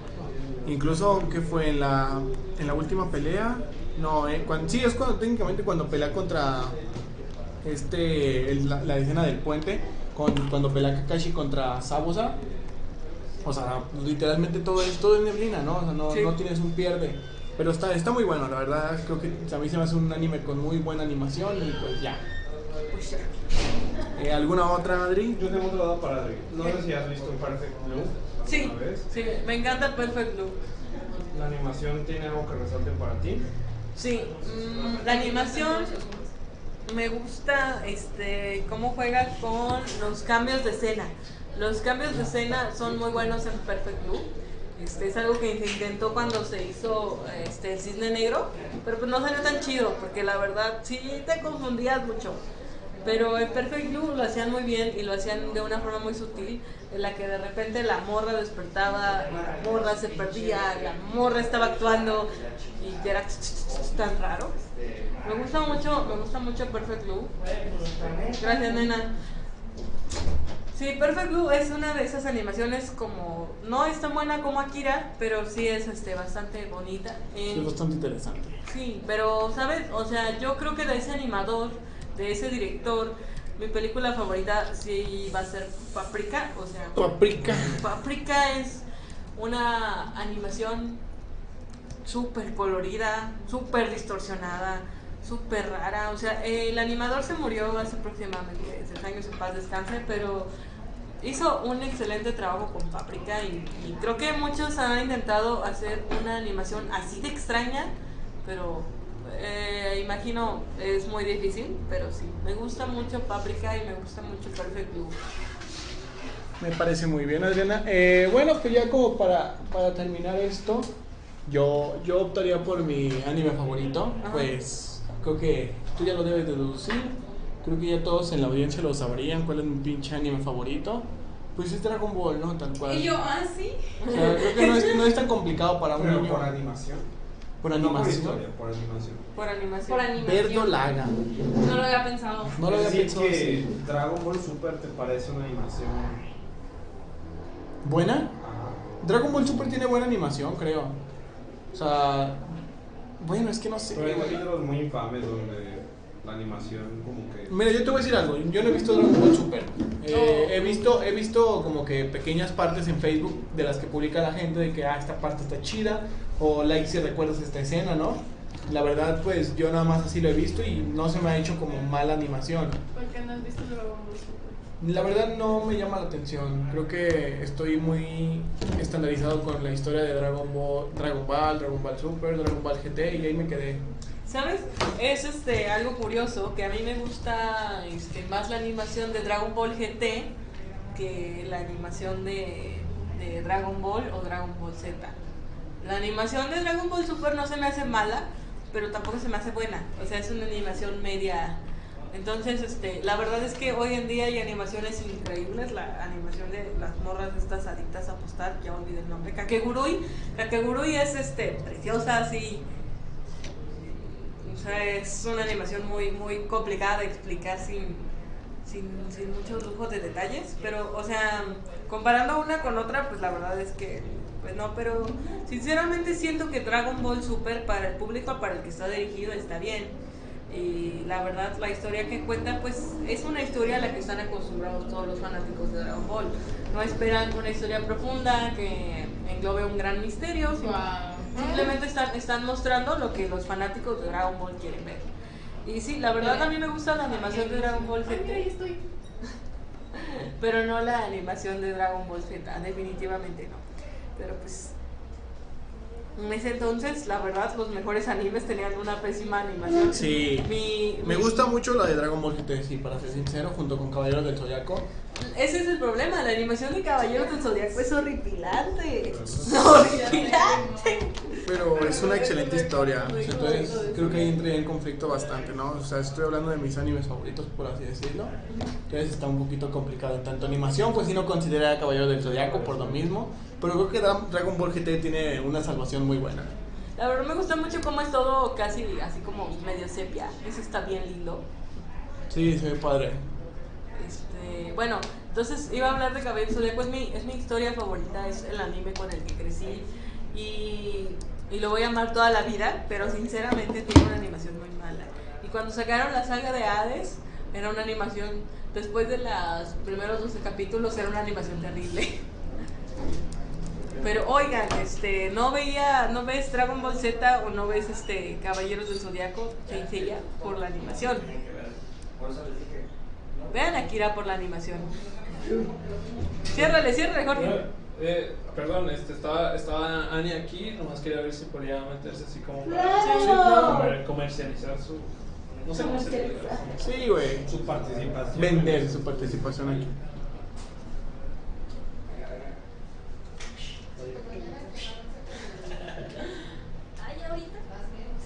S3: Incluso que fue en la, en la última pelea, no, eh, cuan- sí, es cuando técnicamente cuando pelea contra este, el- la, la escena del puente, con, cuando pelea Kakashi contra Sabusa. O sea, literalmente todo es, todo es neblina, ¿no? O sea, no,
S9: Sí.
S3: no tienes un pierde. Pero está, está muy bueno, la verdad. Creo que a mí se me hace un anime con muy buena animación y pues ya. Eh, ¿Alguna otra, Adri?
S4: Yo tengo otro lado para Adri. No sé si has visto Perfect Blue.
S9: Sí,
S4: alguna vez.
S9: sí, me encanta Perfect Blue.
S4: La animación tiene algo que resalte para ti.
S9: Sí, mm, la animación me gusta este cómo juega con los cambios de escena. Los cambios de escena son muy buenos en Perfect Blue. Este, es algo que se intentó cuando se hizo este, el cisne negro, pero pues no salió tan chido, porque la verdad sí te confundías mucho. Pero en Perfect Blue lo hacían muy bien y lo hacían de una forma muy sutil, en la que de repente la morra despertaba, la morra se perdía, la morra estaba actuando y era tan raro. Me gusta mucho, me gusta mucho Perfect Blue. Gracias, nena. Sí, Perfect Blue es una de esas animaciones como no es tan buena como Akira, pero sí es este bastante bonita. En-
S3: Es bastante interesante.
S9: Sí, pero, ¿sabes? O sea, yo creo que de ese animador, de ese director, mi película favorita sí va a ser Paprika. O sea,
S3: Paprika.
S9: Paprika es una animación súper colorida, súper distorsionada, súper rara. O sea, el animador se murió hace aproximadamente tres años en paz descanse, pero hizo un excelente trabajo con Paprika y, y creo que muchos han intentado hacer una animación así de extraña, pero eh, imagino es muy difícil, pero sí, me gusta mucho Paprika y me gusta mucho Perfect Blue.
S3: Me parece muy bien, Adriana. Eh, bueno, pues ya como para, para terminar esto, yo, yo optaría por mi anime favorito.
S9: Ajá.
S3: Pues creo que tú ya lo debes de deducir. Creo que ya todos en la audiencia lo sabrían cuál es mi pinche anime favorito. Pues es Dragon Ball, ¿no? Tal cual.
S2: Y yo, ah, sí.
S3: O sea, creo que no es, no es tan complicado para un
S4: Pero
S3: niño.
S4: por animación.
S3: por
S4: No por
S3: animación.
S4: historia, por animación.
S9: Por animación.
S2: Por animación.
S3: Verdolaga.
S2: No lo había pensado.
S3: No lo había
S4: Es decir
S3: pensado
S4: que
S3: así.
S4: Dragon Ball Super te parece una animación.
S3: ¿Buena?
S4: Ajá.
S3: Dragon Ball Super tiene buena animación, creo. O sea, bueno, es que no sé.
S4: Pero hay
S3: güey.
S4: capítulos muy infames donde la animación como que...
S3: Mira, yo te voy a decir algo. Yo no he visto Dragon Ball Super. Eh, he visto, he visto como que pequeñas partes en Facebook de las que publica la gente de que ah esta parte está chida o like si recuerdas esta escena, ¿no? La verdad, pues yo nada más así lo he visto y no se me ha hecho como mala animación.
S1: ¿Por qué no has visto Dragon Ball Super?
S3: La verdad no me llama la atención. Creo que estoy muy estandarizado con la historia de Dragon Ball, Dragon Ball, Dragon Ball Super, Dragon Ball GT y ahí me quedé.
S9: ¿Sabes? Es este algo curioso que a mí me gusta este, más la animación de Dragon Ball GT que la animación de, de Dragon Ball o Dragon Ball Z. La animación de Dragon Ball Super no se me hace mala, pero tampoco se me hace buena. O sea, es una animación media. Entonces, este, la verdad es que hoy en día hay animaciones increíbles. La animación de las morras estas adictas a apostar, ya olvidé el nombre. Kakegurui. Kakegurui es este, preciosa, así. O sea, es una animación muy, muy complicada de explicar sin, sin, sin muchos lujos de detalles. Pero, o sea, comparando una con otra, pues la verdad es que, pues no, pero sinceramente siento que Dragon Ball Super para el público para el que está dirigido está bien. Y la verdad, la historia que cuenta, pues es una historia a la que están acostumbrados todos los fanáticos de Dragon Ball. No esperan una historia profunda que englobe un gran misterio, sino Simplemente están, están mostrando lo que los fanáticos de Dragon Ball quieren ver. Y sí, la verdad a mí me gusta la animación de Dragon Ball
S2: Ah,
S1: Ay, mira, ahí
S9: Z,
S1: estoy.
S9: pero no la animación de Dragon Ball Z, definitivamente no. Pero pues, en ese entonces, la verdad, los mejores animes tenían una pésima animación.
S3: Sí.
S9: Mi-
S3: Me
S9: mi-
S3: gusta mucho la de Dragon Ball GT, sí, para ser sincero, junto con Caballeros del Zodiaco.
S9: Ese es el problema, la animación de Caballeros del Zodiaco es horripilante.
S3: Ah.
S9: <laughs> Horripilante.
S3: Pero es una excelente historia. o sea, entonces, creo que ahí entré en conflicto bastante, ¿no? O sea, estoy hablando de mis animes favoritos, por así decirlo. Entonces está un poquito complicado en tanto animación, pues si no considera a Caballeros del Zodiaco por lo mismo. Pero creo que Dra- Dragon Ball GT tiene una salvación muy buena.
S9: La verdad me gusta mucho cómo es todo casi así como medio sepia. Eso está bien lindo.
S3: Sí, se ve padre.
S9: Este, bueno, entonces iba a hablar de Caballero del Zodíaco, es mi, es mi historia favorita, es el anime con el que crecí y, y lo voy a amar toda la vida, pero sinceramente tiene una animación muy mala. Y cuando sacaron la saga de Hades, era una animación Después de los primeros 12 capítulos era una animación terrible. Pero oigan, este, no veía, no ves Dragon Ball Z o no ves este Caballeros del Zodiaco, Seiya por la animación. Vean Akira por la animación. Ciérrale, ciérrale, Jorge.
S7: Eh, perdón, este, estaba, estaba Ani aquí, nomás quería ver si podía meterse así como para,
S2: Claro.
S7: sí, claro, para comercializar su. No sé cómo se diga,
S3: Sí, güey.
S7: su su participación.
S3: Vender su participación aquí.
S10: Ay, ahorita.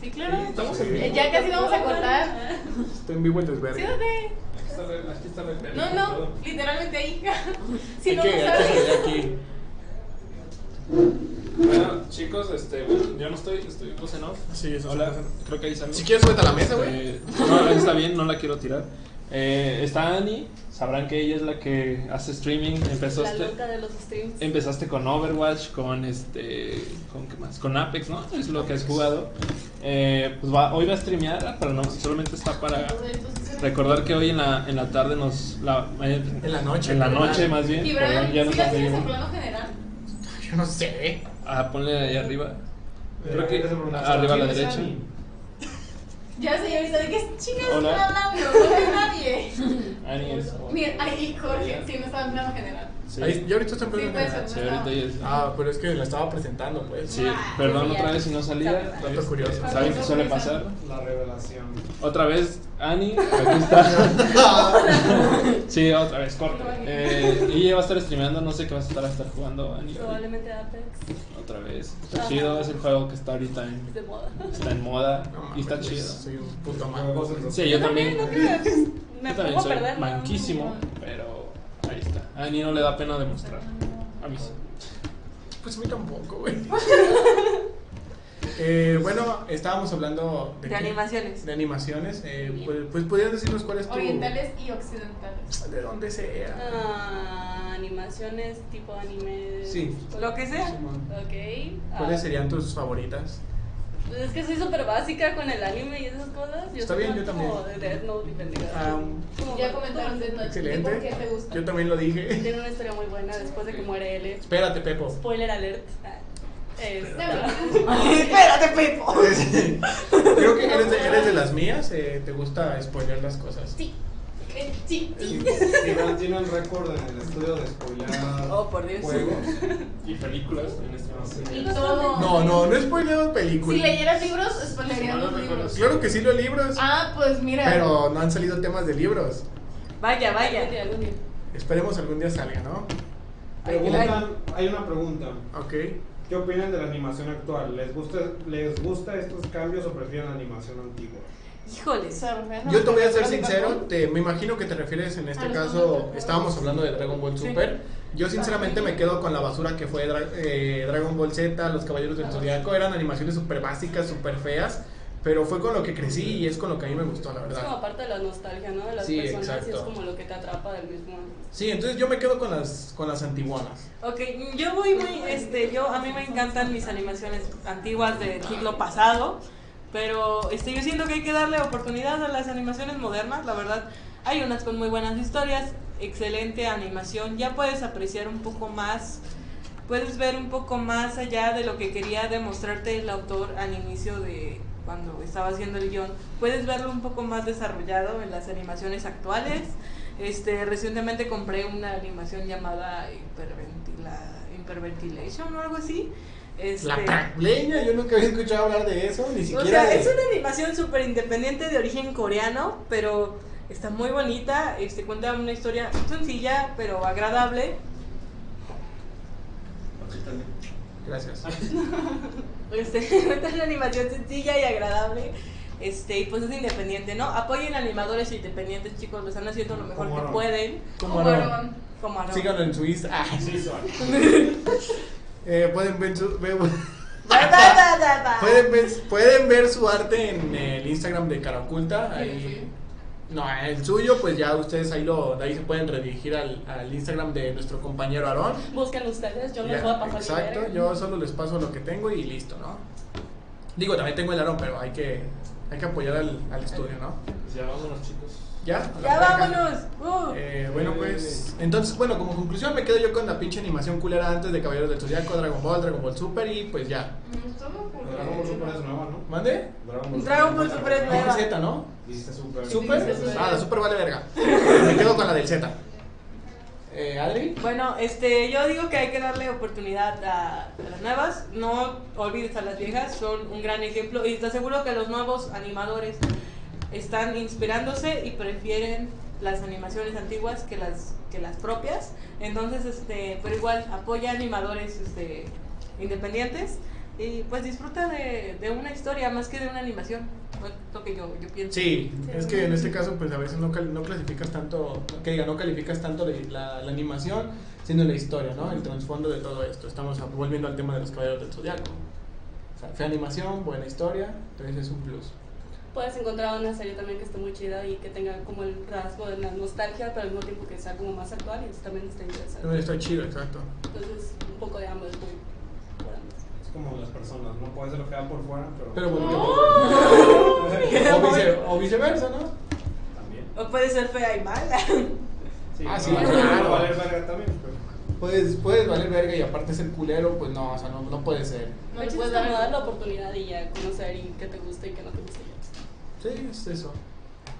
S9: Sí, claro.
S3: Estamos en
S2: Eh,
S3: vivo.
S2: Ya casi vamos a cortar.
S3: Está en vivo el desvergue.
S2: Siéntate.
S7: Aquí está la- aquí está
S2: No,
S7: la-
S2: no, literalmente ahí. <laughs> Si
S3: Hay
S2: no,
S3: que,
S2: no
S3: hay que
S2: sabes.
S3: salir aquí.
S7: Bueno, chicos, este, bueno, yo no estoy, estoy pues, en off.
S3: Sí, eso
S7: Hola,
S3: sí.
S7: creo que ahí salió.
S3: Si quieres, suelta la mesa, güey.
S7: Eh, no, está bien, no la quiero tirar. Eh, está Ani, sabrán que ella es la que hace streaming. Empezó
S10: La
S7: este-
S10: loca de los streams.
S7: Empezaste con Overwatch, con este, con qué más, con Apex, ¿no? Es lo que has jugado. Eh, pues va, hoy va a streamear, pero no, solamente está para recordar que hoy en la, en la tarde nos, la, eh,
S3: En la noche.
S7: en la
S3: ¿verdad?
S7: noche más bien,
S2: Y
S7: perdón,
S2: Brian,
S7: ya
S2: si
S7: nos
S2: las tienes
S7: conseguimos.
S2: en plano general.
S3: <laughs> Yo no sé.
S7: Ah, ponle ahí arriba, creo que
S4: Eh, esa pregunta.
S7: arriba a la
S4: ¿Quién es
S7: derecha.
S4: Ani?
S2: Ya, señorita, ¿de qué chingas
S7: Hola.
S2: están hablando? No hay nadie.
S7: Ani es.
S2: Miren, ahí Jorge, sí, no estaba en plano general.
S7: Sí,
S3: Ahí- yo ahorita estoy en
S2: Sí,
S3: pleno
S2: puede
S3: general.
S2: ser.
S7: sí, ahorita ya es-
S3: Ah, pero es que la estaba presentando, pues.
S7: Sí, perdón otra vez si no salía.
S3: Dato curioso.
S7: ¿Saben qué suele pasar?
S4: La revelación.
S7: Otra vez, Ani, aquí está. sí, otra vez, corte. Eh, y ella va a estar streameando, no sé qué vas a estar, a estar jugando, Ani.
S10: Probablemente Apex.
S7: Otra vez. Está chido, es el juego que está ahorita
S10: Es
S7: en,
S10: de moda.
S7: está en moda y está
S3: Pues,
S7: chido.
S3: Soy un puto manco.
S7: Sí, yo también.
S10: No creo que me
S7: Yo también
S10: pongo a
S7: soy
S10: perder. ¿no?
S7: manquísimo, pero ahí está. A Ani no le da pena demostrar.
S10: Ah,
S7: A mí sí.
S3: Pues a mí tampoco,
S2: <laughs>
S3: güey. Eh, bueno, estábamos hablando
S9: De animaciones.
S3: De animaciones. Eh, pues, pues podrías decirnos cuál es tu.
S2: Orientales y occidentales.
S3: De dónde sea.
S10: Ah, animaciones tipo anime.
S3: Sí.
S9: Lo que sea.
S3: Simón.
S10: Ok. ah,
S3: ¿Cuáles serían tus favoritas?
S10: Pues es que soy súper básica con el anime y esas cosas. Yo
S3: Está
S10: soy
S3: bien, yo
S10: más como
S3: también.
S10: de Death Note y pendejadas.
S3: Ah,
S10: Como-
S2: Ya comentaron de noche.
S3: Excelente.
S2: ¿Por qué te gusta?
S3: Yo también lo dije. <laughs>
S10: Tiene una historia muy buena después de que muere
S2: eh,
S10: L.
S3: Espérate, Pepo.
S10: Spoiler alert. Ah, este,
S9: <laughs> <laughs> Espérate, Pepo.
S3: Pues, Creo que eres de, eres de las mías. eh, ¿Te gusta spoiler las cosas?
S2: Sí. Eh, Sí.
S4: Iván tiene un récord en el estudio de spoiler
S9: Oh, por Dios.
S3: pues,
S9: <laughs>
S4: juegos.
S7: Y películas en este momento.
S2: Y todo.
S3: No, no, no he spoileado películas.
S2: Si leyeras libros, spoilerías
S7: No, no
S2: los
S7: recuerdo.
S2: libros.
S3: Claro que sí, los libros.
S2: Ah, pues mira.
S3: Pero no han salido temas de libros.
S9: Vaya,
S10: algún día,
S9: vaya.
S10: algún día.
S3: Esperemos algún día salga, ¿no?
S4: Preguntan, hay una pregunta.
S3: Ok.
S4: ¿Qué opinan de la animación actual? ¿Les gusta, les gusta estos cambios o prefieren la animación antigua?
S9: Híjoles.
S2: Sorpresa.
S3: Yo te voy a ser sincero, te- me imagino que te refieres en
S2: A
S10: Ah,
S3: este
S2: los
S3: caso,
S2: Thundercats.
S3: estábamos hablando de Dragon Ball
S9: Sí.
S3: Super. Yo sinceramente me quedo con la basura que fue Dra- eh, Dragon Ball Z, Los Caballeros
S10: Ah.
S3: del Zodiaco. Eran animaciones súper básicas, súper feas, pero fue con lo que crecí y es con lo que a mí me gustó, la
S10: Es como
S3: verdad.
S10: parte de la nostalgia, ¿no? De las
S3: Sí,
S10: personas y es
S3: exacto.
S10: como lo que te atrapa del mismo.
S3: Sí, entonces yo me quedo con las, con las antiguanas.
S9: Ok, yo voy muy, este, yo a mí me encantan mis animaciones antiguas del siglo pasado, pero este, yo siento que hay que darle oportunidad a las animaciones modernas, la verdad, hay unas con muy buenas historias, excelente animación, ya puedes apreciar un poco más, puedes ver un poco más allá de lo que quería demostrarte el autor al inicio de cuando estaba haciendo el guión, puedes verlo un poco más desarrollado en las animaciones actuales. Este, recientemente compré una animación llamada Hyperventila, Hyperventilation o algo así. Este,
S3: La cacleña, yo nunca había escuchado hablar de eso, ni
S9: o
S3: siquiera
S9: sea,
S3: de-
S9: es una animación súper independiente de origen coreano, pero está muy bonita. Este, cuenta una historia sencilla, pero agradable.
S3: Gracias.
S9: Este, <laughs> cuenta una animación sencilla y agradable. Este, y pues es independiente, ¿no? Apoyen animadores independientes, chicos, lo están haciendo lo mejor
S4: Como
S9: que
S4: Aaron.
S9: pueden.
S3: Como
S2: Como
S3: no.
S2: Aaron.
S9: Como Aaron.
S3: Síganlo en Suiza. Ah,
S4: Sí,
S10: <laughs>
S4: son.
S3: eh, pueden ver su... ve-
S9: Ba, ba, ba, ba, ba.
S3: Pueden ver, pueden ver su arte en el Instagram de Cara Oculta. Ahí, no, el suyo, pues ya ustedes ahí lo, de ahí se pueden redirigir al, al Instagram de nuestro compañero Aarón.
S10: Busquen ustedes, yo les
S3: Ya,
S10: voy a pasar
S3: Exacto,
S10: mi ¿eh? verga.
S3: yo solo les paso lo que tengo y listo, ¿no? Digo, también tengo el Aarón, pero hay que, hay que apoyar al, al estudio, ¿no?
S4: ya vámonos, chicos.
S3: ¿Ya? A la
S11: Ya
S3: verga.
S11: vámonos. Uh.
S3: Eh, bueno, pues. Entonces, bueno, como conclusión me quedo yo con la pinche animación culera antes de Caballeros del Zodiaco, Dragon Ball, Dragon Ball Super y pues ya.
S2: mm,
S4: Dragon Ball Super es nueva, ¿no?
S3: ¿Mande?
S11: Dragon Ball Super es
S3: Dije
S11: nueva.
S3: Z, ¿no?
S4: Dijiste Super.
S3: ¿Super?
S11: Super.
S3: Ah, la Super vale verga. Me quedo con la del Z. Eh, ¿Adri?
S9: Bueno, este, yo digo que hay que darle oportunidad a, a las nuevas. No olvides a las viejas, son un gran ejemplo. Y te aseguro que los nuevos animadores están inspirándose y prefieren las animaciones antiguas que las que las propias. Entonces, este, pero igual apoya animadores este, independientes y pues disfruta de, de una historia más que de una animación. Es Lo que yo, yo pienso.
S3: Sí, es que en este caso pues a veces no, cal- no clasificas tanto, que diga, no calificas tanto la, la- la animación, sino la historia, ¿no? El trasfondo de todo esto. Estamos a- volviendo al tema de los caballeros del zodiaco. O sea, fue animación, buena historia, entonces es un plus.
S2: Puedes encontrar una serie también que esté muy chida y que tenga como el rasgo de la nostalgia, pero al mismo tiempo que sea como más actual y eso también está interesante.
S3: También está chido, exacto.
S2: Entonces, un poco de ambos, muy por ambos.
S4: Es como las personas, ¿no? Puede ser lo que dan por fuera, pero. <laughs>
S3: Pero bueno,
S4: ¿qué?
S3: o, vice- o viceversa, ¿no?
S4: También.
S9: O puede ser fea y mala.
S4: Sí,
S3: Ah,
S4: no,
S3: sí,
S4: no, no,
S3: claro.
S4: no, valer verga también, pues. pero.
S3: Puedes, puedes valer verga y aparte ser culero, pues no, o sea, no, no puede ser.
S2: No le <laughs> puedes dar, dar la oportunidad y ya conocer y que te guste y que no te guste.
S3: Sí, es eso.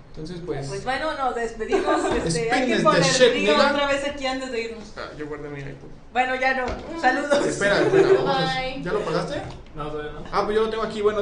S3: Entonces, pues...
S9: Pues bueno, nos despedimos. Este, hay que
S3: Spin
S9: poner
S3: the shit,
S9: río
S3: nigga.
S9: otra vez aquí antes de irnos.
S3: Ah, yo guardé mi iPod.
S9: Bueno, ya no. Saludos.
S3: Espera, espera. vamos a-
S2: Bye.
S3: ¿Ya lo pagaste?
S6: No, todavía no.
S3: Ah, pues yo lo tengo aquí, bueno.